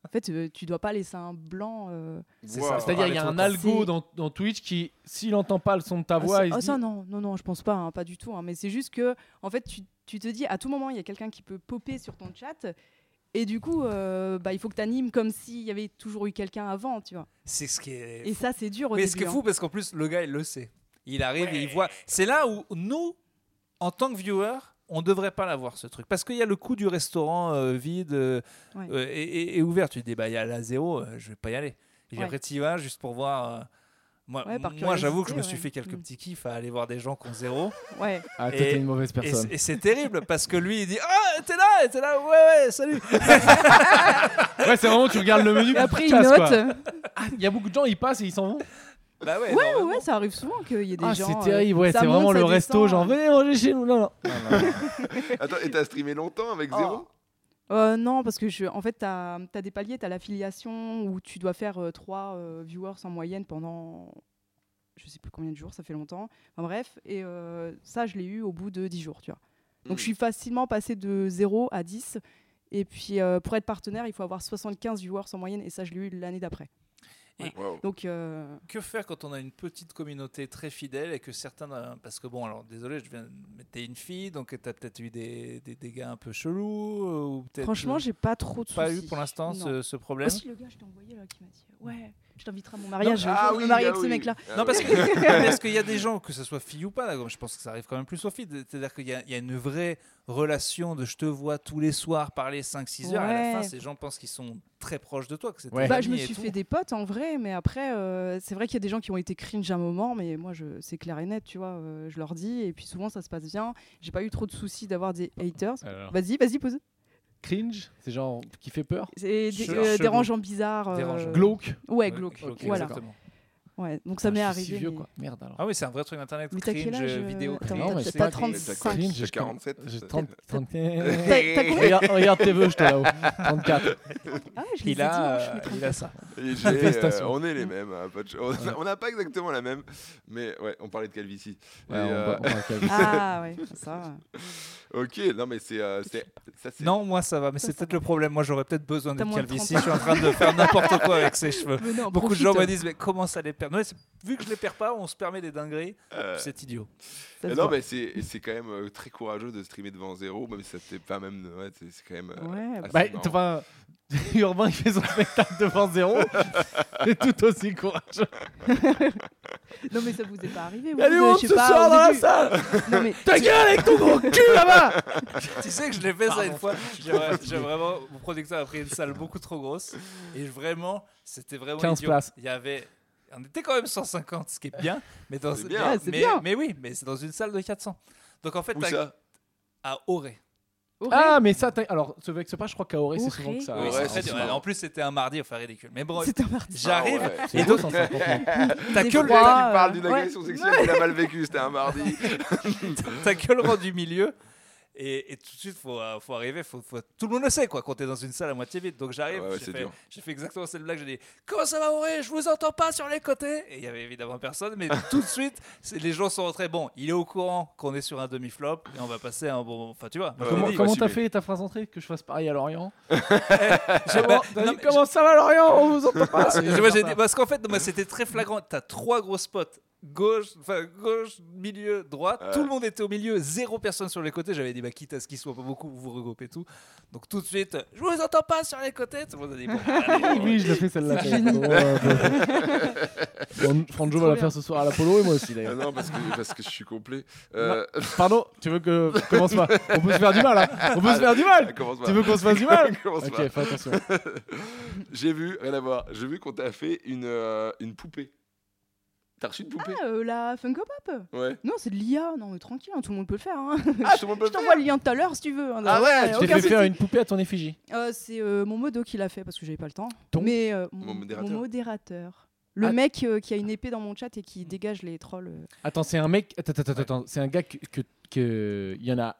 S4: En fait, euh, tu dois pas laisser un blanc. euh.
S3: C'est
S1: Wow.
S3: ça,
S2: C'est-à-dire, il y a un algo
S4: C'est-
S2: dans, dans Twitch qui, s'il entend pas le son de ta
S4: Ah,
S2: voix,
S4: ça-
S2: il se
S4: ah, ça,
S2: dit-
S4: non, non, non, je pense pas, hein, pas du tout. hein, mais c'est juste que, en fait, tu, tu te dis à tout moment, il y a quelqu'un qui peut popper sur ton chat. Et du coup, euh, bah, il faut que t'animes comme s'il y avait toujours eu quelqu'un avant, tu vois.
S3: C'est ce qui est.
S4: Et ça, c'est dur au
S3: mais ce
S4: début. hein.
S3: qui est fou parce qu'en plus le gars il le sait. Il arrive et il voit. C'est là où nous, en tant que viewers, on devrait pas l'avoir ce truc parce qu'il y a le coût du restaurant euh, vide euh,
S4: Ouais.
S3: euh, et, et- et ouvert. Tu te dis bah il y a la zéro, euh, je vais pas y aller. Et
S4: Ouais.
S3: après tu y vas juste pour voir. euh, moi,
S4: Ouais, par
S3: moi j'avoue que je me
S4: curiosité,
S3: suis
S4: ouais.
S3: fait quelques
S4: Mm.
S3: petits kiffs à aller voir des gens qui ont zéro.
S4: hein. Ouais.
S2: Ah, toi,
S3: Et-
S2: t'es une mauvaise
S3: Et
S2: personne.
S3: c'est- Et c'est terrible parce que lui il dit Ah, t'es là, t'es là, ouais, ouais, salut.
S2: Ouais, c'est vraiment, tu regardes le menu,
S4: Et
S2: puis
S4: après,
S2: tu
S4: il
S2: casses, quoi.
S4: note.
S2: Ah, Il y a beaucoup de gens, ils passent et ils s'en vont.
S3: Bah ouais,
S4: Ouais, ouais,
S3: normalement.
S4: ouais, ça arrive souvent qu'il y ait des
S2: Ah,
S4: gens.
S2: c'est
S4: euh,
S2: terrible, ouais,
S4: ça
S2: c'est
S4: monte,
S2: vraiment
S4: ça
S2: le resto,
S4: descend.
S2: genre venez manger chez nous. Non, non.
S1: Attends, et t'as streamé longtemps avec
S4: Oh.
S1: zéro
S4: Euh, Non, parce que je, en fait, t'as as des paliers, t'as l'affiliation où tu dois faire 3 viewers en moyenne pendant je sais plus combien de jours, ça fait longtemps. Enfin, bref, et euh, ça, je l'ai eu au bout de 10 jours, tu vois. Donc
S1: Mm.
S3: Mmh.
S4: je suis facilement passé de 0 à 10. Et puis euh, pour être partenaire, il faut avoir 75 viewers en moyenne, et ça, je l'ai eu l'année d'après.
S1: Wow.
S4: Donc, euh,
S3: que faire quand on a une petite communauté très fidèle et que certains. euh, Parce que bon, alors désolé, je viens. mais T'es une fille, donc t'as peut-être eu des, des dégâts un peu chelous. euh, Ou peut-être
S4: franchement,
S3: euh,
S4: j'ai pas trop de soucis.
S3: pas eu pour l'instant
S4: Non.
S3: ce, ce problème.
S4: Aussi, Ah, le gars, je t'ai envoyé là, qui m'a dit Ouais, je t'inviterai à mon mariage.
S1: Ah
S4: je vais
S1: oui,
S4: me marier
S1: ah
S4: avec ces
S1: oui.
S4: mecs-là.
S1: Ah
S3: Non,
S1: oui.
S3: parce que- parce qu'il y a des gens, que ce soit fille ou pas, là, comme je pense que ça arrive quand même plus aux filles. de- C'est-à-dire qu'il y, a- il y a une vraie relation de je te vois tous les soirs parler 5-6 heures. Et à la fin,
S4: Ouais.
S3: ces gens pensent qu'ils sont très proches de toi. Que c'est
S2: Ouais.
S3: tes
S4: Bah, je me
S3: amis et
S4: suis
S3: tout.
S4: fait des potes en vrai, mais après, euh, c'est vrai qu'il y a des gens qui ont été cringe à un moment, mais moi, je, c'est clair et net, tu vois. euh, je leur dis, et puis souvent, ça se passe bien. J'ai pas eu trop de soucis d'avoir des haters.
S2: Alors,
S4: Vas-y, vas-y, pose.
S2: cringe, c'est genre qui fait peur.
S4: C'est
S3: Che-
S4: dé- euh,
S3: chelou.
S4: dérangeant, bizarre. euh,
S3: Dérangeant.
S2: Glauque.
S4: Ouais,
S3: Ouais,
S4: glauque.
S3: ok,
S4: Voilà.
S3: exactement.
S4: Ouais, donc ça m'est
S2: Ah, je suis
S4: arrivé.
S2: si vieux,
S4: mais-
S2: quoi. Merde alors.
S3: Ah oui, c'est un vrai truc internet.
S4: Mais t'as
S3: cringe,
S4: quel âge,
S3: euh,
S4: euh,
S3: vidéo.
S4: attends,
S3: cringe.
S2: t'as-
S3: C'est
S4: t'as
S3: vrai que-
S4: 35.
S1: Cringe,
S2: Cringe,
S1: j'ai
S2: je commence-
S1: 47,
S2: j'ai
S1: c'est-
S2: 30 30
S4: T'as, t'as combien
S2: Regarde, regarde tes vœux, je te là-haut. 34.
S4: Ah, je les ai
S3: Il
S4: dit, hein, je
S3: a,
S4: suis
S3: euh, il
S4: trente-quatre.
S3: a ça.
S1: Et j'ai, euh,
S2: Manifestation.
S1: on est les mêmes. hein, pas de ch- on n'a- on n'a pas exactement la même, mais ouais, on parlait de calvitie.
S2: Ouais,
S1: Et,
S2: on
S1: euh,
S2: va- on va calmer.
S4: Ah ouais, ça.
S1: ok, non mais c'est, euh, c'est- ça c'est.
S3: Non, moi ça va, mais c'est peut-être le problème. Moi j'aurais peut-être besoin
S4: T'as
S3: d'une
S4: moins de
S3: calvitie. Je
S4: 30.
S3: suis en train de faire n'importe quoi avec ses cheveux.
S4: Mais non,
S3: Beaucoup de
S4: profite,
S3: gens me disent, mais comment ça les perd Non, mais c'est- Vu que je les perds pas, on se permet des dingueries.
S1: euh,
S3: C'est idiot.
S4: ça se
S1: non
S4: voit.
S1: mais c'est, c'est quand même euh, très courageux de streamer devant zéro, même si ça fait pas même. Ouais, c'est, c'est quand même. euh,
S4: Ouais,
S1: assez
S2: Bah,
S1: marrant.
S2: enfin, Urbain il fait son spectacle devant zéro, c'est tout aussi courageux.
S4: Non mais ça vous est pas arrivé. vous,
S2: Allez,
S4: de-
S2: on
S4: je sais
S2: se
S4: pas,
S2: sort
S4: au
S2: dans la
S4: début.
S2: salle
S4: Non, mais
S3: Ah,
S2: Ta gueule avec ton gros cul là-bas
S3: tu sais que je l'ai fait ça une fois. J'ai vra- j'ai vraiment, mon producteur a pris une salle beaucoup trop grosse. Et vraiment, c'était vraiment.
S2: 15
S3: idiot.
S2: places.
S3: Il y avait. On était quand même 150, ce qui est bien. Mais dans
S1: C'est
S3: mais-
S1: bien.
S4: Ouais, c'est
S3: mais,
S4: bien.
S3: mais oui, mais c'est dans une salle de 400. Donc en fait,
S1: Où
S3: t'as-
S1: ça
S3: à Auré.
S4: Auré,
S2: Ah, mais ça, t'as- alors, ce vexe pas, je crois qu'à Auré, c'est souvent
S4: Auré.
S2: que ça.
S1: Ah Ouais,
S3: Oui, c'est
S1: ouais,
S3: très
S1: c'est
S3: dur.
S1: marrant.
S3: En plus, c'était un mardi, enfin ridicule. Mais bon,
S4: c'est un mardi.
S3: j'arrive.
S1: Ah ouais.
S2: C'est
S3: Et donc,
S2: beau, 150 mètres.
S3: t'as
S4: Des
S3: que,
S1: Tu
S3: le-
S4: fois, Trois,
S1: parles
S4: euh,
S1: d'une
S4: ouais.
S1: agression sexuelle, tu l'as mal vécu, c'était un mardi.
S3: t'as que le rang du milieu. Et, et tout de suite, faut, euh, faut arriver. Faut, faut- Tout le monde le sait, quoi, quand t'es dans une salle à moitié vide. Donc j'arrive,
S1: Ouais, Ah ouais,
S3: j'ai
S1: c'est
S3: fait-
S1: dur.
S3: j'ai fait exactement cette blague. J'ai dit Comment ça va, Auré Je vous entends pas sur les côtés. Et il y avait évidemment personne, mais tout de suite, c'est- les gens sont rentrés. Bon, il est au courant qu'on est sur un demi-flop et on va passer un bon. Enfin, tu vois.
S1: Ouais,
S2: Comment
S1: vas-y,
S2: comment
S1: vas-y,
S2: t'as
S1: mais-
S2: fait ta phrase entrée Que je fasse pareil à Lorient Eh,
S3: J'ai-
S2: Comment-
S3: non, mais-
S2: Comment ça va Lorient On vous entend pas
S3: Parce que moi, j'ai dit- parce qu'en fait, moi, c'était très flagrant. T'as trois gros spots. Gauche, enfin gauche, milieu, droite.
S1: Ouais.
S3: Tout le monde était au milieu, zéro personne sur les côtés. J'avais dit, bah, quitte à ce qu'il soit pas beaucoup, vous regroupez tout. Donc tout de suite, je vous entends pas sur les côtés. Tout le monde a dit, bon, bah, allez,
S2: Oui, je l'ai fait celle-là. Bon, Franjo va la faire ce soir à l'Apollo et moi aussi
S1: Ah
S2: d'ailleurs.
S1: non parce que parce que je suis complet. Euh,
S2: Pardon, tu veux que. Commence pas. On peut se faire du mal, hein. On peut se faire du mal
S1: commence
S2: Tu
S1: pas.
S2: veux qu'on se fasse du mal
S1: Commence
S2: Ok,
S1: pas.
S2: fais attention.
S1: J'ai vu, rien à voir. J'ai vu qu'on t'a fait une euh, une poupée. T'as reçu une poupée
S4: Ah, euh, la Funko Pop
S1: Ouais.
S4: Non, c'est de l'IA. Non, mais tranquille, hein, tout le monde peut le faire. hein.
S1: Ah, tout le monde peut le
S4: Je t'envoie
S1: faire.
S4: le lien tout à l'heure si tu veux. hein.
S1: Ah ouais,
S2: Je
S1: tu
S2: t'ai
S4: aucun
S2: fait
S1: Regarde,
S2: faire
S4: souci.
S2: une poupée à ton effigie.
S4: Euh, c'est euh, mon modo qui l'a fait parce que j'avais pas le temps.
S2: Ton-
S4: Mais euh,
S1: Mon
S4: mon,
S1: modérateur.
S4: mon modérateur. Le
S2: Ah.
S4: mec euh, qui a une épée dans mon chat et qui dégage les trolls. euh.
S2: Attends, c'est un mec. Attends, attends, attends, attends. C'est un gars que. que- que- Il y en a.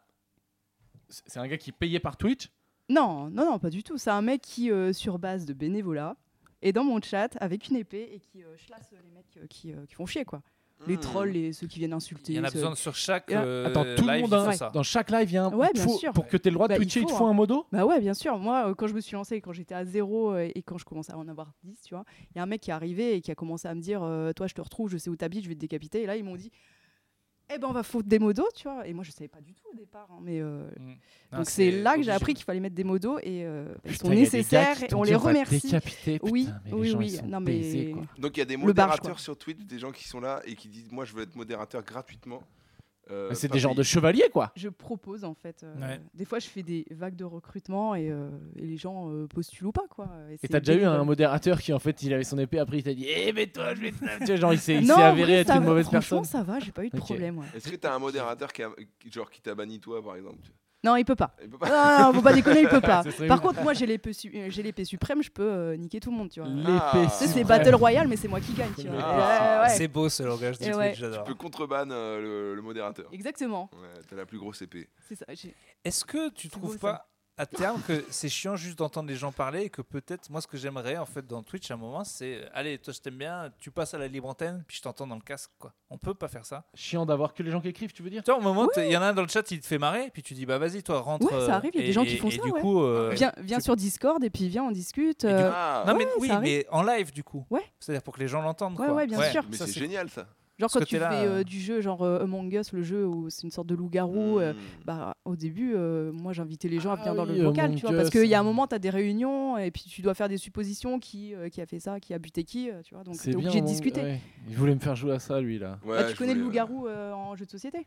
S2: C'est un gars qui payait par Twitch.
S4: Non, non, non, pas du tout. C'est un mec qui, euh, sur base de bénévolat, est dans mon chat avec une épée et qui euh, chlasse les mecs euh, qui, euh, qui font chier, quoi. Les
S1: Hmm.
S4: trolls, les, ceux qui viennent insulter.
S3: Il y en a
S4: ceux-
S3: besoin sur chaque.
S4: Et là,
S3: euh,
S2: Attends, tout le
S3: live,
S2: monde.
S3: il
S2: hein,
S3: faut
S4: Ouais.
S3: ça.
S2: Dans chaque live, il y a un.
S4: Ouais,
S2: il te
S4: bien
S2: faut-
S4: sûr.
S2: Pour que tu aies le droit de
S4: Bah, il
S2: Twitcher, il te
S4: faut,
S2: faut
S4: hein.
S2: un modo
S4: Bah ouais, bien sûr. Moi, euh, quand je me suis lancée, quand j'étais à zéro euh, et quand je commençais à en avoir 10, tu vois, il y a un mec qui est arrivé et qui a commencé à me dire euh, Toi, je te retrouve, je sais où t'habites, je vais te décapiter. Et là, ils m'ont dit Eh ben, on va foutre des modos, tu vois. Et moi, je savais pas du tout au départ. hein, mais, euh,
S3: Non,
S4: donc, c'est là que
S3: obligé.
S4: j'ai appris qu'il fallait mettre des modos et euh, ils sont
S2: Ah, Putain, il y a des gars
S4: nécessaires
S2: qui
S4: et
S2: t'ont
S4: on
S2: dit,
S4: les
S2: va te
S4: remercie.
S2: décapiter. Putain,
S4: oui,
S2: mais les
S4: oui,
S2: gens, ils
S4: oui.
S2: sont
S4: Non, mais.
S2: baisés, quoi.
S1: Donc il y a des
S4: Le barge,
S1: modérateurs
S4: quoi.
S1: sur Twitch, des gens qui sont là et qui disent moi je veux être modérateur gratuitement. Euh,
S2: C'est
S1: pas
S2: des genres de
S1: payé.
S2: chevaliers, quoi.
S4: Je propose en fait. euh,
S3: Ouais.
S4: Des fois, je fais des vagues de recrutement et, euh, et les gens euh, postulent ou pas quoi.
S2: Et
S4: c'est
S2: t'as déjà eu
S4: bénévole.
S2: un modérateur qui, en fait, il avait son épée, après il t'a dit Eh, mais toi, je vais te. Tu vois, genre, il s'est il
S4: Non,
S2: s'est
S4: en
S2: avéré
S4: vrai,
S2: être
S4: ça
S2: une
S4: va.
S2: mauvaise
S4: Franchement,
S2: personne.
S4: ça va, j'ai pas eu de
S2: Ok.
S4: problème. ouais.
S1: Est-ce que t'as un modérateur qui, a- qui- genre qui t'a banni toi par exemple
S4: Non, il peut pas.
S1: Il peut
S4: Ah,
S1: pas.
S4: Non, non, faut pas déconner, il peut pas.
S2: Ce serait
S4: Par
S2: ouf.
S4: contre, moi, j'ai l'épée su- euh, j'ai l'épée suprême, je peux euh, niquer tout le monde, tu vois.
S2: L'épée
S1: Ah.
S4: Tu sais, c'est
S2: suprême.
S4: Battle Royale, mais c'est moi qui gagne, tu vois.
S1: Ah.
S4: Ouais, ouais.
S3: C'est beau ce langage de
S4: Et
S3: Twitch,
S4: ouais.
S1: Tu
S3: j'adore.
S1: peux contreban euh, le, le modérateur.
S4: Exactement,
S1: Ouais, t'as la plus grosse épée.
S4: c'est ça. j'ai-
S3: Est-ce que tu
S4: beau,
S3: trouves
S4: ça.
S3: pas à terme que c'est chiant juste d'entendre les gens parler et que peut-être moi ce que j'aimerais en fait dans Twitch à un moment c'est euh, allez toi je t'aime bien tu passes à la libre antenne puis je t'entends dans le casque quoi on peut pas faire ça
S2: Chiant d'avoir que les gens qui écrivent, tu veux dire
S3: tu vois au moment t'es- il y en a un dans le chat il te fait marrer puis tu dis bah vas-y toi rentre
S4: Ouais, ça
S3: euh,
S4: arrive, il y a des
S3: et-
S4: gens qui
S3: et-
S4: font
S3: et
S4: ça,
S3: du
S4: ouais.
S3: coup euh,
S4: Viens, viens sur Discord et puis viens, on discute.
S3: du
S4: euh,
S1: Ah,
S3: non mais
S4: ouais,
S3: oui
S4: ça arrive.
S3: mais en live du coup
S4: Ouais.
S3: c'est-à-dire pour que les gens l'entendent
S4: Ouais,
S3: quoi.
S4: ouais, bien sûr.
S1: mais
S3: ça,
S1: c'est
S3: c'est-
S1: génial ça.
S4: genre
S3: ce
S4: quand tu fais
S3: côté-là,
S4: euh,
S3: euh,
S4: du jeu, genre euh, Among Us, le jeu où c'est une sorte de loup-garou. euh,
S1: Mm.
S4: bah, au début, euh, moi j'invitais les gens à
S2: Ah
S4: venir dans
S2: oui,
S4: le local,
S2: Among
S4: tu vois, parce
S2: Us.
S4: qu'il y a un moment, tu as des réunions et puis tu dois faire des suppositions qui, euh, qui a fait ça, qui a buté qui, euh, tu vois, donc t'es
S2: bien,
S4: obligé de
S2: mon-
S4: discuter.
S2: ouais. Il voulait me faire jouer à ça, lui, là.
S1: Ouais,
S4: Ah, tu
S1: je
S4: connais le
S1: voulais, euh,
S4: loup-garou euh, en jeu de société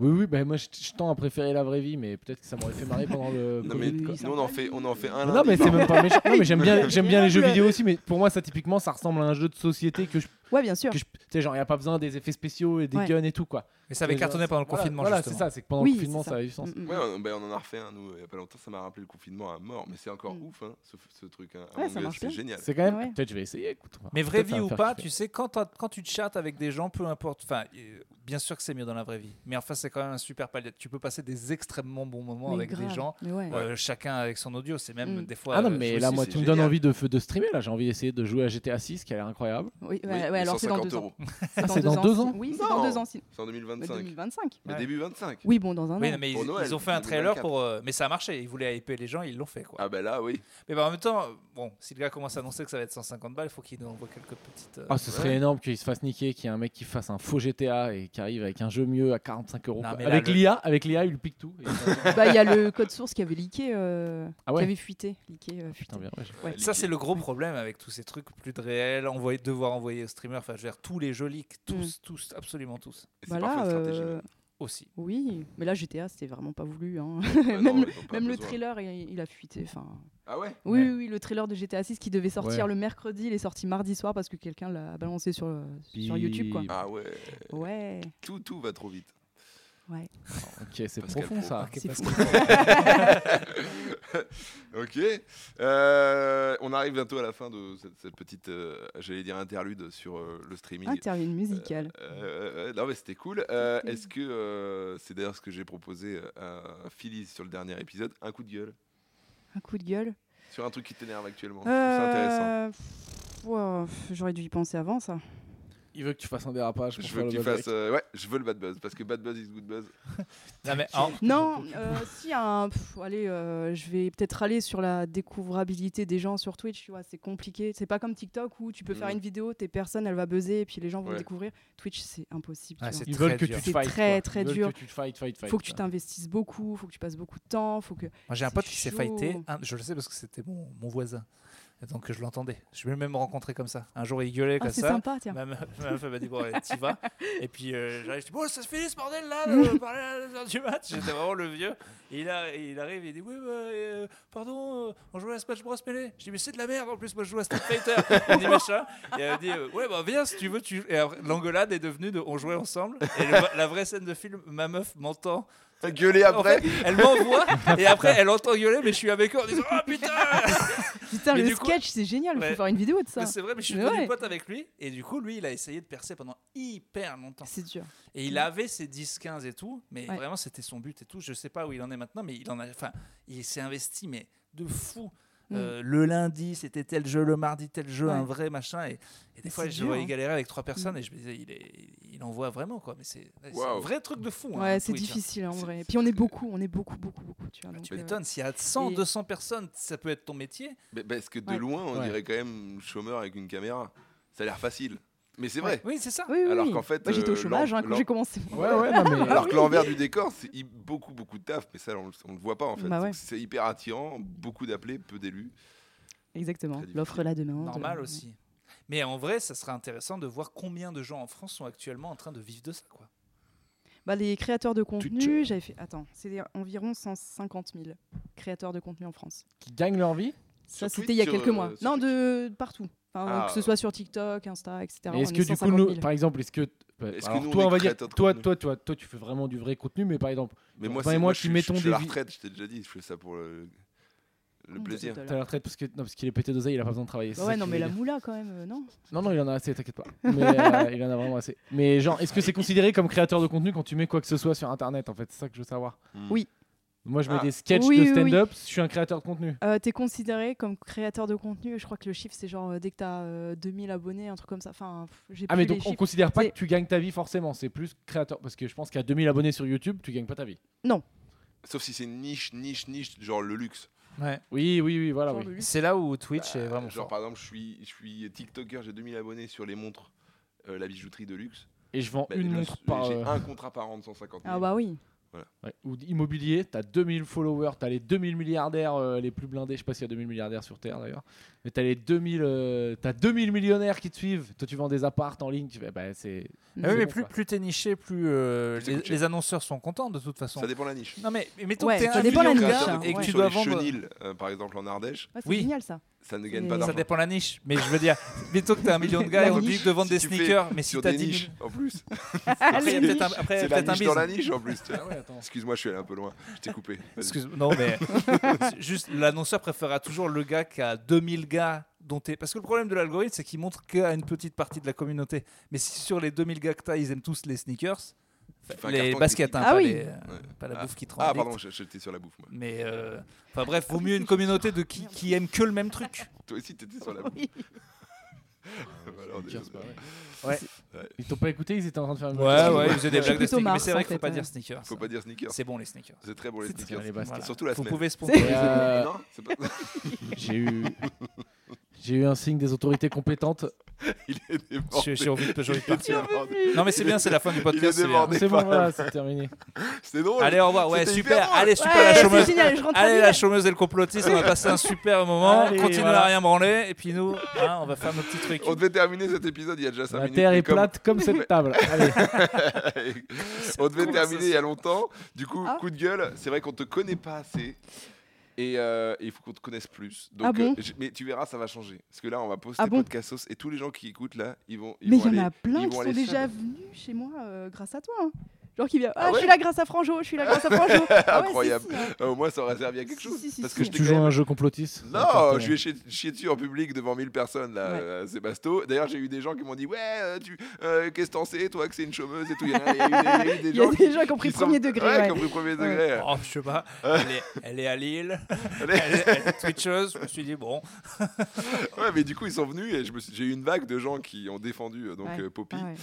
S2: Oui, oui, bah, moi, je, je tends à préférer la vraie vie, mais peut-être que ça m'aurait fait marrer pendant le.
S1: Non,
S2: Covid,
S1: mais
S2: quoi.
S1: nous, on en fait, on en fait un
S2: Ah Non,
S1: lundi
S2: mais c'est
S1: par
S2: même pas méchant. Non, mais j'aime bien, j'aime bien les jeux
S4: Ignoble.
S2: vidéo aussi, mais pour moi, ça typiquement, ça ressemble à un jeu de société que je.
S4: Ouais, bien sûr.
S2: que je- Tu sais, genre, il n'y a pas besoin des effets spéciaux et des
S4: Ouais.
S2: guns et tout, quoi.
S3: mais ça avait
S2: Déjà,
S3: cartonné pendant le
S2: Voilà,
S3: confinement
S2: Voilà, c'est
S3: justement
S2: ça, c'est que pendant
S4: Oui,
S2: le confinement,
S4: c'est
S2: ça.
S4: ça.
S2: a eu du sens.
S4: Mm, mm,
S1: Ouais,
S4: mm.
S1: on, ben, on en a refait un, nous, il n'y a pas longtemps, ça m'a rappelé le confinement à mort, mais c'est encore
S4: Mm.
S1: ouf, hein, ce, ce truc. Hein.
S4: Ouais,
S1: Among
S4: ça
S1: Us,
S4: marche
S1: c'est
S4: bien.
S1: génial.
S2: C'est quand même.
S4: Ouais.
S2: Peut-être je vais essayer, écoute. on va-
S3: Mais vraie
S2: peut-être ça va
S3: vie
S2: me
S3: ou
S2: faire
S3: pas,
S2: kiffer.
S3: tu sais, quand, t'as- quand tu chattes avec des gens, peu importe, enfin, euh, bien sûr que c'est mieux dans la vraie vie, mais enfin, c'est quand même un super palier. Tu peux passer des extrêmement bons moments
S4: Mais
S3: avec
S4: grave,
S3: des gens,
S4: mais ouais.
S3: euh, chacun avec son audio, c'est même
S4: Mm.
S3: des fois.
S2: Ah non,
S3: euh,
S2: mais
S1: aussi,
S2: là, moi,
S1: c'est
S2: tu me donnes
S1: génial.
S2: envie de, f- de streamer, là. J'ai envie d'essayer de jouer à GTA 6, qui a l'air incroyable.
S4: Oui, ouais,
S1: Oui,
S4: ouais,
S1: mais
S4: alors c'est dans
S1: 150
S4: deux ans.
S1: euros.
S2: c'est dans deux ans
S4: si- Oui, c'est dans
S1: Non.
S4: deux ans. si-
S1: C'est en
S4: bah,
S1: 2025.
S4: 2025.
S1: Mais
S3: Ouais.
S1: début 25.
S4: Oui, bon, dans un
S3: Oui,
S4: an.
S3: non, mais
S1: Pour
S3: ils,
S1: Noël,
S3: ils ont fait un trailer
S1: 2024.
S3: pour. euh, mais ça a marché, ils voulaient hyper les gens, ils l'ont fait quoi.
S1: Ah ben là, oui.
S3: Mais bah, en même temps, euh, bon, si le gars commence à annoncer que ça va être 150 balles, il faut qu'il nous envoie quelques petites. euh,
S2: Ah, ce serait énorme qu'il se fasse niquer, qu'il y ait un mec qui fasse un faux GTA et qui arrive avec un jeu mieux à 45 euros.
S3: Non,
S2: quoi.
S3: mais là,
S2: Avec
S3: le-
S2: l'IA, avec l'IA, il pique tout. Et-
S4: Bah, il y a le code source qui avait leaké, euh,
S2: Ah ouais.
S4: qui avait fuité. Leaké, euh, fuité.
S2: Putain, bien, ouais, j'ai-
S4: Ouais.
S3: Ça, c'est le gros problème avec tous ces trucs plus de réel, envoyer, devoir envoyer aux streamers, enfin, je veux dire, tous les jeux leaks, tous,
S4: Mm.
S3: tous, absolument tous.
S1: Et C'est
S4: Bah
S1: parfois
S4: là,
S1: une stratégie.
S4: euh,
S3: Aussi.
S4: oui, mais là GTA c'était vraiment pas voulu. hein.
S1: Ah Ouais, non,
S4: même
S1: ils ont pas
S4: Même le
S1: besoin.
S4: trailer il, il a fuité. Enfin,
S1: Ah ouais
S4: oui,
S3: Ouais.
S4: oui, oui, le trailer de GTA 6 qui devait sortir
S2: Ouais.
S4: le mercredi, il est sorti mardi soir parce que quelqu'un l'a balancé sur, le- sur YouTube quoi.
S2: Bip.
S1: Ah ouais.
S4: Ouais,
S1: Tout, tout va trop vite.
S4: ouais.
S2: Ok, c'est
S1: Pascal
S2: profond
S1: Pro.
S2: ça.
S4: C'est fou.
S1: Ok. Euh, on arrive bientôt à la fin de cette, cette petite, euh, j'allais dire interlude sur euh, le streaming.
S4: Interview musicale.
S1: Euh, euh, non mais c'était cool. Euh,
S4: C'était-
S1: Est-ce que euh, c'est d'ailleurs ce que j'ai proposé euh, à Phyllis sur le dernier épisode, un coup de gueule
S4: Un coup de gueule.
S1: sur un truc qui t'énerve actuellement C'est intéressant.
S4: Euh, pff, ouah, pff, J'aurais dû y penser avant ça.
S2: Il veut que tu fasses un dérapage pour
S1: Je
S2: faire
S1: veux que
S2: le
S1: tu
S2: bad
S1: fasses.
S2: break.
S1: euh, ouais, je veux le bad buzz parce que bad buzz is good buzz.
S3: Non, mais en-
S4: Non, euh, si un, pff, allez, euh, je vais peut-être aller sur la découvrabilité des gens sur Twitch. Tu vois, c'est compliqué. C'est pas comme TikTok où tu peux
S3: Mm.
S4: faire
S1: Mhm.
S4: une vidéo, t'es personne, elle va buzzer et puis les gens vont
S1: Ouais.
S4: découvrir. Twitch, c'est impossible.
S3: Ah,
S4: tu vois.
S3: c'est
S2: Ils veulent
S3: très
S2: que
S3: dur.
S2: tu te
S4: C'est
S2: fights.
S4: très,
S2: quoi.
S4: très
S2: Ils veulent
S4: dur.
S2: que tu te fight, fight, fight.
S4: faut que tu t'investisses beaucoup, faut que tu passes beaucoup de temps, faut que.
S3: Moi, j'ai un
S4: C'est
S3: pote qui s'est fighté.
S4: chaud.
S3: un- je le sais parce que c'était mon, mon voisin. Et donc, je l'entendais. Je vais même rencontrer comme ça. Un jour, il gueulait
S4: Ah,
S3: comme
S4: c'est
S3: ça. Bah,
S4: sympa, tiens.
S3: Ma meuf ma meuf, elle m'a dit Bon, allez, t'y vas. Et puis, euh, j'arrive, je dis Bon, ça se finit ce bordel là, de parler à la heure du match. J'étais vraiment le vieux. Et là, il arrive, il dit Oui, bah, euh, pardon, euh, on jouait à Smash Bros. Melee. Je dis Mais c'est de la merde en plus, moi je joue à Street Fighter. Elle dit Machin. Et elle dit euh, Ouais, bah viens si tu veux. Tu... Et après, l'engueulade est devenue de On jouait ensemble. Et le- la vraie scène de film, ma meuf m'entend
S1: Gueuler après.
S3: en fait, elle m'envoie et après elle entend gueuler, mais je suis avec eux en disant Ah putain
S4: Putain,
S3: mais
S4: le
S3: du coup-
S4: sketch, c'est génial.
S3: Ouais.
S4: Faut faire une vidéo de ça.
S3: Mais C'est vrai, mais je suis
S4: Mais
S3: devenu
S4: ouais.
S3: pote avec lui. Et du coup, lui, il a essayé de percer pendant hyper longtemps.
S4: C'est dur.
S3: Et il avait ses 10-15 et tout, mais
S4: Ouais.
S3: vraiment, c'était son but et tout. Je sais pas où il en est maintenant, mais il en a. Enfin, il s'est investi, mais de fou.
S4: Mm.
S3: Euh, le lundi, c'était tel jeu, le mardi, tel jeu,
S4: Ouais.
S3: un vrai machin. Et, et des
S4: C'est
S3: fois, je
S4: dur,
S3: voyais
S4: hein.
S3: galérer avec trois personnes et je me disais, il, est, il envoie vraiment, quoi. Mais c'est c'est un
S1: Waouh.
S3: vrai truc de fou. hein,
S4: Ouais, c'est
S3: Twitch, hein.
S4: difficile en
S1: C'est-
S4: vrai. Puis on est beaucoup, on est beaucoup, beaucoup, beaucoup. Tu vois, donc,
S3: Bah, Tu
S4: euh,
S3: m'étonnes, s'il y a 100,
S4: Et-
S3: 200 personnes, ça peut être ton métier.
S1: Mais parce que de
S4: Ouais.
S1: loin, on
S2: Ouais.
S1: dirait quand même chômeur avec une caméra. Ça a l'air facile, mais c'est vrai.
S3: Oui, c'est ça.
S4: Oui, oui,
S1: Alors
S4: oui.
S1: qu'en fait,
S4: Moi, j'étais
S1: euh,
S4: au chômage hein,
S1: l'en-
S4: quand j'ai commencé.
S2: Ouais, ouais, non,
S4: Ah
S2: mais.
S1: Alors que l'envers du décor, c'est hi- beaucoup, beaucoup de taf, mais ça, on, le- on le voit pas en fait.
S4: Bah
S1: Donc
S4: ouais.
S1: C'est hyper attirant, beaucoup d'appelés, peu d'élus.
S4: Exactement.
S1: Très difficile.
S4: L'offre la demande.
S3: Normal aussi. Mais en vrai, ça serait intéressant de voir combien de gens en France sont actuellement en train de vivre de ça. Quoi.
S4: Bah, les créateurs de
S2: Twitch.
S4: contenu, j'avais fait. Attends, c'est environ 150 000 créateurs de contenu en France.
S2: Qui gagnent leur vie.
S4: Ça,
S1: Sur
S4: c'était il y a
S1: Twitch,
S4: quelques
S1: euh,
S4: mois.
S1: sur
S4: Non,
S1: Twitch.
S4: de de partout. Enfin,
S1: Ah.
S4: que ce soit sur TikTok, Insta, etc.
S2: Mais est-ce
S4: on
S2: que
S4: est
S2: du coup,
S4: 150 000.
S2: nous, par exemple, est-ce que. bah,
S1: Est-ce que
S2: Alors,
S1: nous, on
S2: toi,
S1: est
S2: on va dire,
S1: créateurs de
S2: toi,
S1: contenu
S2: toi, toi, toi, tu fais vraiment du vrai contenu, mais par exemple,
S1: Mais
S2: Bon,
S1: moi,
S2: ben,
S1: c'est-
S2: et moi,
S1: je
S2: tu
S1: suis-
S2: mets
S1: je
S2: ton
S1: suis à la
S2: dévi-
S1: retraite, je t'ai déjà dit, je fais ça pour le, le
S4: Hum,
S1: plaisir.
S4: tout à
S2: t'as la
S4: l'heure.
S2: retraite parce que non, parce qu'il est pété d'oseille, il a pas besoin de travailler. euh, c'est
S4: Bah
S2: ça
S4: ouais,
S2: que
S4: non,
S2: tu
S4: mais
S2: veux
S4: la
S2: dire.
S4: moula quand même, euh, non
S2: Non, non, il en a assez, t'inquiète pas. Mais euh, il en a vraiment assez. Mais genre, est-ce que c'est considéré comme créateur de contenu quand tu mets quoi que ce soit sur internet en fait C'est ça que je veux savoir.
S1: Hmm.
S4: Oui.
S2: Moi, je mets
S1: Ah.
S2: des sketchs
S4: Oui,
S2: de
S4: oui, oui.
S2: stand-up. Je suis un créateur de contenu.
S4: Euh, t'es considéré comme créateur de contenu. Je crois que le chiffre, c'est genre euh, dès que t'as euh, 2000 abonnés, un truc comme ça. Enfin, pff, j'ai
S2: Ah,
S4: plus
S2: mais
S4: les
S2: donc on
S4: chiffres.
S2: considère pas
S4: C'est-
S2: que tu gagnes ta vie forcément. C'est plus créateur. Parce que je pense qu'à 2000 abonnés sur YouTube, tu gagnes pas ta vie.
S1: Sauf si c'est niche, niche, niche, genre le luxe.
S3: Ouais.
S2: Oui, oui, oui, voilà.
S4: Genre
S2: Oui.
S4: le luxe.
S3: C'est là où Twitch est
S1: Euh,
S2: Ah,
S3: vraiment
S1: genre
S3: fort.
S1: par exemple, je suis, je suis TikToker, j'ai 2000 abonnés sur les montres, euh, la bijouterie de luxe.
S2: Et je vends
S1: Bah,
S2: une
S1: le-
S2: montre par.
S1: J'ai
S2: euh,
S1: un contrat par an de 150 000.
S4: Ah bah oui.
S2: ouais. Ou immobilier, t'as 2000 followers, t'as les 2000 milliardaires euh, les plus blindés. Je sais pas s'il y a 2000 milliardaires sur Terre d'ailleurs. Mais t'as les 2000, euh, t'as 2000 millionnaires qui te suivent. Toi, tu vends des appartes en ligne. Tu fais, bah, c'est.
S3: Ah oui,
S2: C'est
S3: mais
S2: bon,
S3: plus,
S2: quoi.
S3: plus t'es niché, plus euh,
S1: Plus c'est
S3: les,
S1: coûté.
S3: les annonceurs sont contents de toute façon.
S1: Ça dépend de la niche.
S3: Non mais, mais mettons
S4: Ouais,
S3: que t'es
S4: ça
S3: un
S4: dépend de la
S3: million
S4: niche,
S3: gars
S4: hein,
S3: et que
S4: ouais.
S3: tu
S1: sur
S3: dois
S1: les
S3: vendre.
S1: chenils, euh, par exemple en Ardèche,
S4: Ouais, c'est
S3: Oui.
S4: génial ça.
S1: ça ne gagne
S4: Mais-
S1: pas
S3: Ça
S1: d'argent.
S3: dépend de la niche, mais je veux dire, mettons que t'es un million de gars
S4: La
S3: et on te
S4: niche,
S3: dit de vendre
S1: si
S3: des
S1: tu fais
S3: sneakers, mais si
S1: Sur
S3: t'as
S1: des
S3: 10
S1: niches,
S3: 000...
S1: en plus.
S3: Après, il y a
S4: Les
S3: peut-être un,
S4: niches.
S3: après, il y
S1: C'est
S3: a
S1: la
S3: peut-être un
S1: niche dans la
S3: business.
S1: niche, en plus.
S2: Ah ouais, attends.
S1: Excuse-moi, je suis allé un peu loin. Je t'ai coupé. Vas-y.
S3: Excuse, non mais juste l'annonceur préférera toujours le gars qui a 2000 gars dont t'es parce que le problème de l'algorithme c'est qu'il montre qu'à une petite partie de la communauté. Mais si sur les 2000 gars que t'as, ils aiment tous les sneakers,
S1: Tu fais un
S3: les
S1: carton
S3: baskets,
S1: qui-
S3: hein,
S4: Ah
S3: pas,
S4: oui.
S3: les-
S2: euh,
S3: pas la
S1: Ah.
S3: bouffe qui te rend
S1: Ah,
S3: addict.
S1: pardon, j'- j'étais sur la bouffe. moi.
S3: Mais euh, enfin bref, vaut mieux une communauté de qui, qui aime que le même truc.
S1: Toi aussi, t'étais sur la bouffe.
S4: Oui.
S1: Voilà, on est-
S2: Tiens, Ah, c'est pas vrai.
S3: Ouais.
S2: Ils t'ont pas écouté, ils étaient en train de faire une
S3: Ouais,
S2: blague.
S3: ouais, ils faisaient des
S4: C'est
S3: blagues de
S4: plutôt
S3: sneakers. Mais
S4: Mars,
S3: c'est vrai
S4: en
S3: qu'il faut
S4: fait, hein.
S3: pas
S4: ouais.
S3: dire sneakers.
S1: Faut pas dire sneakers.
S3: C'est bon les sneakers.
S1: C'est très bon les
S4: C'est
S1: sneakers.
S2: Les baskets.
S3: Voilà.
S1: Surtout la
S3: Vous
S1: semaine.
S3: pouvez sponsoriser.
S2: Euh,
S1: Non, c'est pas.
S2: J'ai eu. J'ai eu un signe des autorités compétentes.
S1: Il est
S3: Je- J'ai
S1: débordé.
S3: j'ai envie de j'ai envie de partir.
S1: J'en peux
S3: Non mais c'est bien, c'est la fin du podcast. c'est bien.
S1: débordé.
S2: C'est bon, voilà, c'est terminé.
S1: C'est drôle.
S3: Allez, au revoir. Ouais,
S1: Oh, C'était
S3: super.
S1: hyper drôle.
S3: Allez, super
S4: Ouais,
S3: la
S4: c'est
S3: chômeuse.
S4: génial, je rentre
S3: Allez,
S4: en
S3: la
S4: direct.
S3: chômeuse et le complotiste, on va passer un super moment.
S2: Allez,
S3: Continuez
S2: voilà.
S3: à rien branler. Et puis nous, hein, on va faire nos petits trucs.
S1: On devait terminer cet épisode il y a déjà 5
S2: La
S1: minutes.
S2: terre
S1: mais
S2: est
S1: comme-
S2: plate comme cette table. Allez.
S1: on devait
S3: conversation.
S1: terminer il y a longtemps. Du coup,
S4: Ah.
S1: coup de gueule, c'est vrai qu'on te connaît pas assez. Et euh, il faut qu'on te connaisse plus. Donc,
S4: Ah bon
S1: euh, j- mais tu verras, ça va changer. Parce que là, on va poster
S4: Ah bon
S1: Podcastos et tous les gens qui écoutent là, ils vont. Ils
S4: Mais il
S1: vont
S4: y en
S1: aller-
S4: a plein
S1: ils
S4: qui
S1: vont
S4: sont
S1: aller
S4: déjà
S1: seuls.
S4: venus chez moi euh, grâce à toi. hein. Genre qui vient. Ah,
S1: Ah
S4: je
S1: ouais
S4: suis là grâce à Franjo, je suis là grâce à Franjo. Ah ouais, si,
S1: Incroyable.
S4: si, hein.
S1: Euh, au moins, ça aurait servi à quelque
S4: Si,
S1: chose.
S4: si, si,
S1: parce
S4: si.
S1: que je t'ai
S2: Tu
S1: quand
S2: joues à
S1: même-
S2: un jeu complotiste
S1: Non, je lui ai chié, chié dessus en public devant 1000 personnes, là,
S4: Ouais.
S1: euh, à Sébasto. D'ailleurs, j'ai eu des gens qui m'ont dit Ouais, euh, tu, euh, qu'est-ce que t'en sais, toi, que c'est une chômeuse et tout. Il y a- il y a eu des- il y a eu des
S4: Il y a
S1: gens qui.
S4: des gens qui ont pris
S1: qui sont-
S4: premier degré.
S1: Ouais,
S4: ouais.
S1: qui ont pris premier degré.
S3: Oh, je sais pas. Elle est, elle est à Lille. Elle est, elle est Twitcheuse. Je me suis dit, bon.
S1: Ouais, mais du coup, ils sont venus et je me suis- j'ai eu une vague de gens qui ont défendu euh, donc
S4: Ouais.
S1: euh, Poppy.
S4: Ah ouais.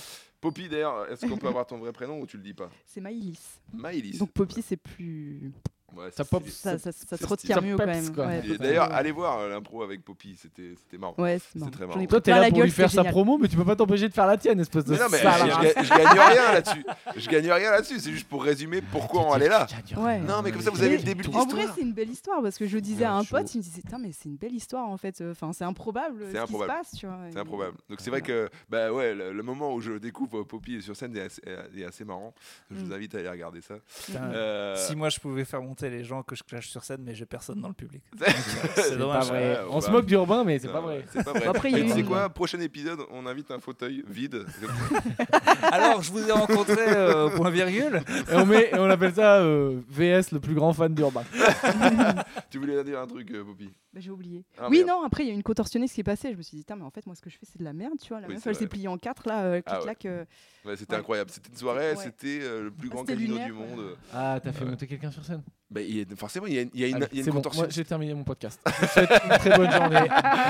S1: Poppy, d'ailleurs, est-ce qu'on peut avoir ton vrai prénom ou tu le dis pas
S4: C'est Maïlis.
S1: Maïlis.
S4: Donc Poppy, c'est plus.
S1: Ouais,
S2: Ça
S1: c'est-
S2: pop.
S1: c'est-
S4: Ça, ça, ça
S1: c'est
S4: trotte
S1: stylé.
S4: mieux quand
S2: Ça peps,
S4: même.
S2: quoi.
S4: Ouais,
S1: Et
S4: Poppy,
S1: D'ailleurs,
S4: ouais.
S1: allez voir euh, l'impro avec Poppy, c'était c'était marrant.
S4: Ouais, c'est marrant.
S1: très marrant.
S4: J'en ai
S2: Toi,
S4: pris
S2: t'es
S4: plein
S2: là
S4: la
S2: pour
S4: gueule,
S2: lui faire
S4: c'était
S2: sa
S4: génial.
S2: promo, mais tu peux pas t'empêcher de faire la tienne, espèce de.
S1: Mais non, mais je,
S2: salade.
S1: je gagne- je gagne rien là-dessus. Je gagne rien là-dessus. C'est juste pour résumer pourquoi on allait là.
S4: Ouais.
S1: Non, mais comme ça, vous avez le début de
S4: En
S1: l'histoire.
S4: vrai, c'est une belle histoire parce que je disais à
S2: Ouais,
S4: un
S2: chaud.
S4: pote, il me disait Putain, mais c'est une belle histoire en fait. Enfin, c'est improbable
S1: C'est
S4: ce
S1: improbable.
S4: qui se passe, tu vois.
S1: C'est improbable. Donc c'est vrai que bah ouais, le, le moment où je découvre Poppy sur scène est assez, est assez marrant. Je vous
S4: Mm.
S1: invite à aller regarder ça.
S3: Putain,
S1: Euh,
S3: Si moi je pouvais faire monter les gens que je clash sur scène, mais j'ai personne dans le public. euh,
S2: C'est
S3: C'est
S2: pas
S3: dommage.
S2: vrai.
S1: Ouais,
S2: On se
S1: bah.
S2: moque d'Urbain, mais c'est
S1: non,
S2: pas vrai.
S1: C'est pas vrai.
S4: Après, il y a
S1: Mais tu
S4: eu
S1: sais
S4: une-
S1: quoi Prochain épisode, on invite un fauteuil vide.
S3: Alors, je vous ai rencontré euh, au point virgule.
S2: Et on, met, et on appelle ça euh, VS, le plus grand fan d'Urbain.
S1: tu voulais dire un truc, euh, Poppy
S4: Bah, j'ai oublié.
S1: Ah,
S4: oui,
S1: merde.
S4: non, après, il y a une contorsionniste qui est passée. Je me suis dit, Tain, mais en fait, moi, ce que je fais, c'est de la merde, tu vois. La
S1: Oui,
S4: meuf,
S1: c'est
S4: elle
S1: vrai.
S4: s'est pliée en quatre, là, euh,
S1: Ah ouais.
S4: clic-clac. euh,
S1: Ouais, c'était
S4: Ouais.
S1: incroyable. C'était une soirée,
S4: Ouais.
S1: c'était euh, le plus
S4: Ah,
S1: grand
S4: c'était
S1: casino
S4: lunaire,
S1: du
S4: ouais.
S1: monde.
S2: Ah, t'as fait
S1: Ouais.
S2: monter quelqu'un sur scène
S1: Bah, il y a- forcément, il y a, une- il y a une,
S2: Allez,
S1: il y a une
S2: Ah, C'est bon,
S1: contorsion.
S2: moi j'ai terminé mon podcast. Je vous souhaite une très bonne journée.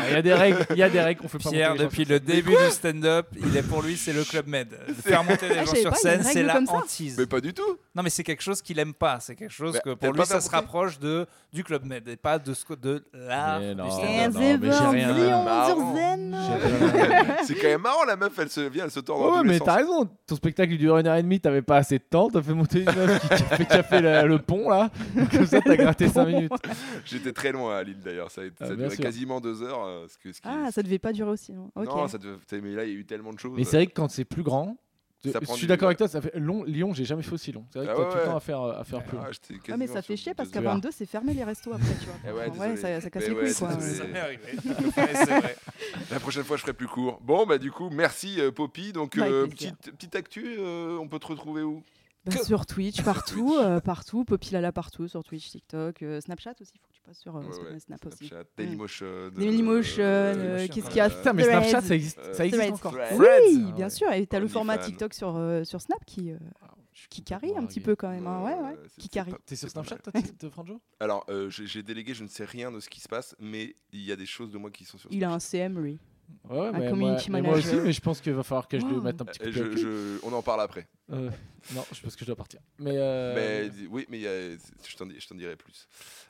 S2: Il y a des règles, il y a des règles qu'on fait pas
S3: Pierre,
S2: monter les gens
S3: depuis
S2: sur
S3: le début du stand-up, il est pour lui, c'est le Club Med. Faire monter les
S4: Ah,
S3: gens
S4: je savais
S3: sur
S4: pas, il y a une
S3: scène, c'est
S4: règle
S3: la
S4: comme ça.
S3: hantise.
S1: mais pas du tout.
S3: Non, mais c'est quelque chose qu'il aime pas. C'est quelque chose
S1: Bah,
S3: que
S1: t'aimes
S3: pour lui,
S1: pas
S3: ça
S1: faire
S3: se
S1: monter
S3: rapproche de, du Club Med et pas de, ce que- de l'art
S2: Mais
S3: du
S2: non,
S3: stand-up.
S2: non, mais j'ai rien.
S1: Marrant.
S4: euh.
S2: scène.
S1: C'est quand même marrant, la meuf, elle se vient, elle se tord
S2: Ouais,
S1: dans
S2: ouais,
S1: tous les
S2: mais
S1: sens.
S2: t'as raison. Ton spectacle il dure une heure et demie, t'avais pas assez de temps, t'as fait monter une meuf qui, qui a fait, qui a fait la- le pont là. Comme ça, t'as gratté 5 minutes.
S1: J'étais très loin à Lille d'ailleurs. Ça a été-
S2: Ah,
S1: ça a
S2: bien
S1: duré
S2: sûr.
S1: quasiment deux heures. euh, ce que- ce qui-
S4: Ah, ça devait pas durer aussi. hein. Ok.
S1: Non, ça devait- mais là, il y a eu tellement de choses.
S2: Mais c'est vrai que quand c'est plus grand,
S1: Ça
S2: je
S1: prend
S2: suis
S1: du-
S2: d'accord avec toi, ça fait long. Lyon, j'ai jamais fait aussi long. C'est vrai que
S1: Ah
S2: t'as
S1: ouais,
S2: tout le temps
S1: ouais.
S2: à faire, euh, à faire plus long.
S1: Ah, j'étais
S4: Ah, mais
S1: quasiment
S4: ça fait
S1: sur
S4: chier parce
S1: deux
S4: qu'à
S2: heures.
S4: 22, c'est fermé les restos après, tu vois.
S1: Eh ouais,
S4: Enfin,
S1: désolé.
S4: ça, ça casse
S1: Mais
S4: les
S1: ouais,
S4: couilles, quoi.
S1: désolé.
S3: Ça m'est arrivé. Ouais, c'est vrai.
S1: La prochaine fois, je ferai plus court. Bon, bah du coup, merci euh, Poppy. Donc,
S4: Bah, Avec
S1: euh,
S4: plaisir.
S1: petite, petite actu, euh, on peut te retrouver où
S4: Bah, sur Twitch, partout, euh, partout. Popilala partout, sur Twitch, TikTok, euh, Snapchat aussi. Il faut que tu passes sur euh,
S1: Ouais,
S4: sur
S1: ouais,
S4: le Snap aussi.
S1: Snapchat, Dailymotion.
S4: Dailymotion,
S1: euh,
S4: euh,
S3: Dailymotion,
S4: qu'est-ce qu'il y a
S1: euh,
S2: Putain, mais Snapchat, hein.
S4: Threads.
S2: ça existe, ça existe
S4: Threads.
S2: encore.
S1: Threads.
S4: Oui,
S2: Ah ouais.
S4: bien sûr. Et t'as le format
S1: OnlyFans.
S4: TikTok sur, euh, sur Snap qui, euh, Je suis Kikari
S2: Pour
S4: un petit
S2: draguer.
S4: peu quand même. hein, Ouais, ouais.
S1: Euh, c'est-
S4: Kikari.
S1: c'est pas-
S2: T'es sur
S1: c'est pas
S2: Snapchat,
S1: mal.
S2: toi, t- de Franjo
S1: Alors, euh, j'ai j'ai délégué, je ne sais rien de ce qui se passe, mais il y a des choses de moi qui sont sur
S4: Il a un CM, lui.
S2: Ouais, ouais,
S4: Un
S2: mais moi,
S4: community
S2: mais moi aussi,
S4: manager.
S2: mais je pense qu'il va falloir que je lui
S4: Wow.
S2: mette un petit coup
S1: Euh,
S2: de
S1: je-
S2: pied au cul.
S1: je- on en parle après.
S2: Euh, non, je pense que je dois partir. Mais, euh,
S1: Mais, di- oui, mais il y a- je t'en dis- je t'en dirai plus.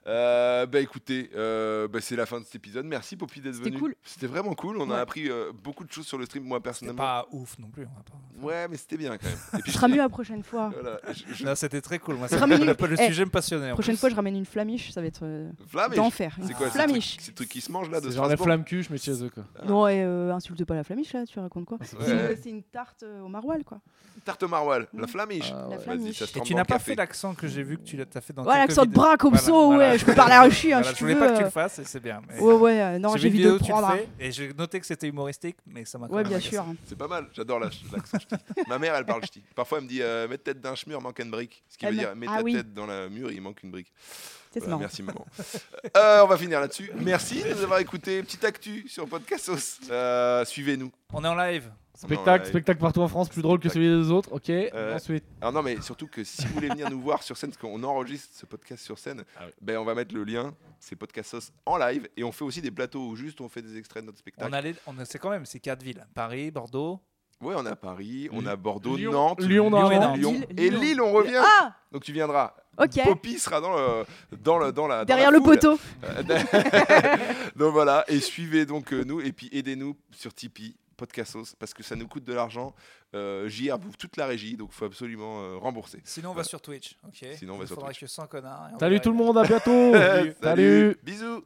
S1: Euh, bah écoutez, euh, bah, c'est la fin de cet épisode. Merci Poppy d'être
S4: C'était
S1: venu.
S4: cool.
S1: C'était vraiment cool. On a
S4: Ouais.
S1: appris euh, beaucoup de choses sur le stream, moi
S3: C'était
S1: personnellement.
S3: pas ouf non plus. on va pas-
S1: Ouais, mais c'était bien quand même. Et
S4: Ce
S1: puis,
S4: sera mieux la prochaine fois.
S1: voilà, je- je-
S3: Non, c'était très cool. Moi,
S4: Je
S3: ça-
S4: ramène
S3: le,
S4: une-
S3: le
S4: Eh,
S3: sujet me passionnait. Euh, en
S4: prochaine
S3: plus. Ah,
S4: fois, je ramène une flamiche, ça va être euh,
S1: Flamiche
S4: d'enfer. Une
S1: C'est quoi ce truc,
S4: Flamiche
S1: ce truc qui se mange là de
S2: c'est genre la
S1: Strasbourg
S2: flamme cul, je mets chez eux, quoi. Ah,
S1: Ah.
S4: Non, ouais, euh, insulte pas la flamiche, là, tu racontes quoi
S1: Ouais.
S4: C'est une- C'est une tarte euh, au maroilles, quoi.
S1: Tarte au maroilles, la
S4: Ouais.
S1: flamiche.
S2: Ah,
S4: La
S2: ouais.
S4: flamiche.
S1: Vas-y, ça se
S3: Et
S1: trempe
S3: tu
S1: dans
S3: n'as
S1: le
S3: pas
S1: café.
S3: fait l'accent que j'ai vu que tu l'as t'as fait dans
S4: Ouais,
S3: quelques
S4: l'accent de
S3: vidéos.
S4: bras comme
S3: Voilà,
S4: ça,
S3: voilà,
S4: ouais, je peux parler à Rushi, hein,
S3: Voilà,
S4: si
S3: je
S4: tu
S3: voulais
S4: veux.
S3: pas que tu
S4: euh.
S3: le fasses, et c'est bien. mais-
S4: Ouais, ouais, euh, non,
S3: J'ai
S4: j'ai
S3: vu une vidéo,
S4: envie de le
S3: tu le
S4: prendre. hein.
S3: fais, et j'ai noté que c'était humoristique, mais ça m'a quand
S4: Ouais,
S3: même
S4: bien
S3: agacé.
S4: sûr.
S1: C'est pas mal, j'adore la- l'accent ch'ti. Ma mère, elle parle ch'ti. Parfois, elle me dit euh, Mets tête d'un schmur, manque une brique. Ce qui
S4: Elle
S1: veut
S4: me-
S1: dire Mets
S4: Ah
S1: ta
S4: oui.
S1: tête dans la mur, il manque une brique.
S4: C'est
S1: Voilà,
S4: marrant.
S1: merci, maman. Euh, on va finir là-dessus. Merci de nous avoir écoutés. Petite actu sur Podcastos. Euh, Suivez-nous.
S3: On est en live.
S1: Non, Euh, là,
S2: Spectacle, spectacle partout en France, plus drôle que celui des autres. Ok, ensuite.
S1: Alors non, mais surtout que si vous voulez venir nous voir sur scène, parce qu'on enregistre ce podcast sur scène,
S2: Ah oui.
S1: ben on va mettre le lien, c'est Podcastos en live, et on fait aussi des plateaux où juste on fait des extraits de notre spectacle.
S3: On allait, on a- c'est quand même, c'est quatre villes. Paris, Bordeaux.
S1: Ouais, on a Paris, on
S2: Lyon-
S1: a Bordeaux,
S2: Lyon-
S1: Nantes,
S2: Lyon,
S3: normalement.
S1: Lyon.
S4: Lille-
S1: et
S4: Lyon.
S1: Lille, on revient.
S4: Ah
S1: Donc tu viendras.
S4: Ok.
S1: Poppy sera dans le, dans le, dans la, dans
S4: Derrière
S1: la
S4: le
S1: foule.
S4: poteau.
S1: donc voilà, et suivez donc euh, nous, et puis aidez-nous sur Tipeee, Podcastos, parce que ça nous coûte de l'argent. Euh, JR bouffe toute la régie, donc faut absolument euh, rembourser.
S3: Sinon, on va
S1: Voilà.
S3: sur Twitch. ok
S1: Sinon, on va
S3: Il
S1: sur
S3: faudra
S1: Twitch.
S3: que 100 connards. et on
S2: Salut
S3: va-
S2: tout le monde, à bientôt. Salut.
S1: Bisous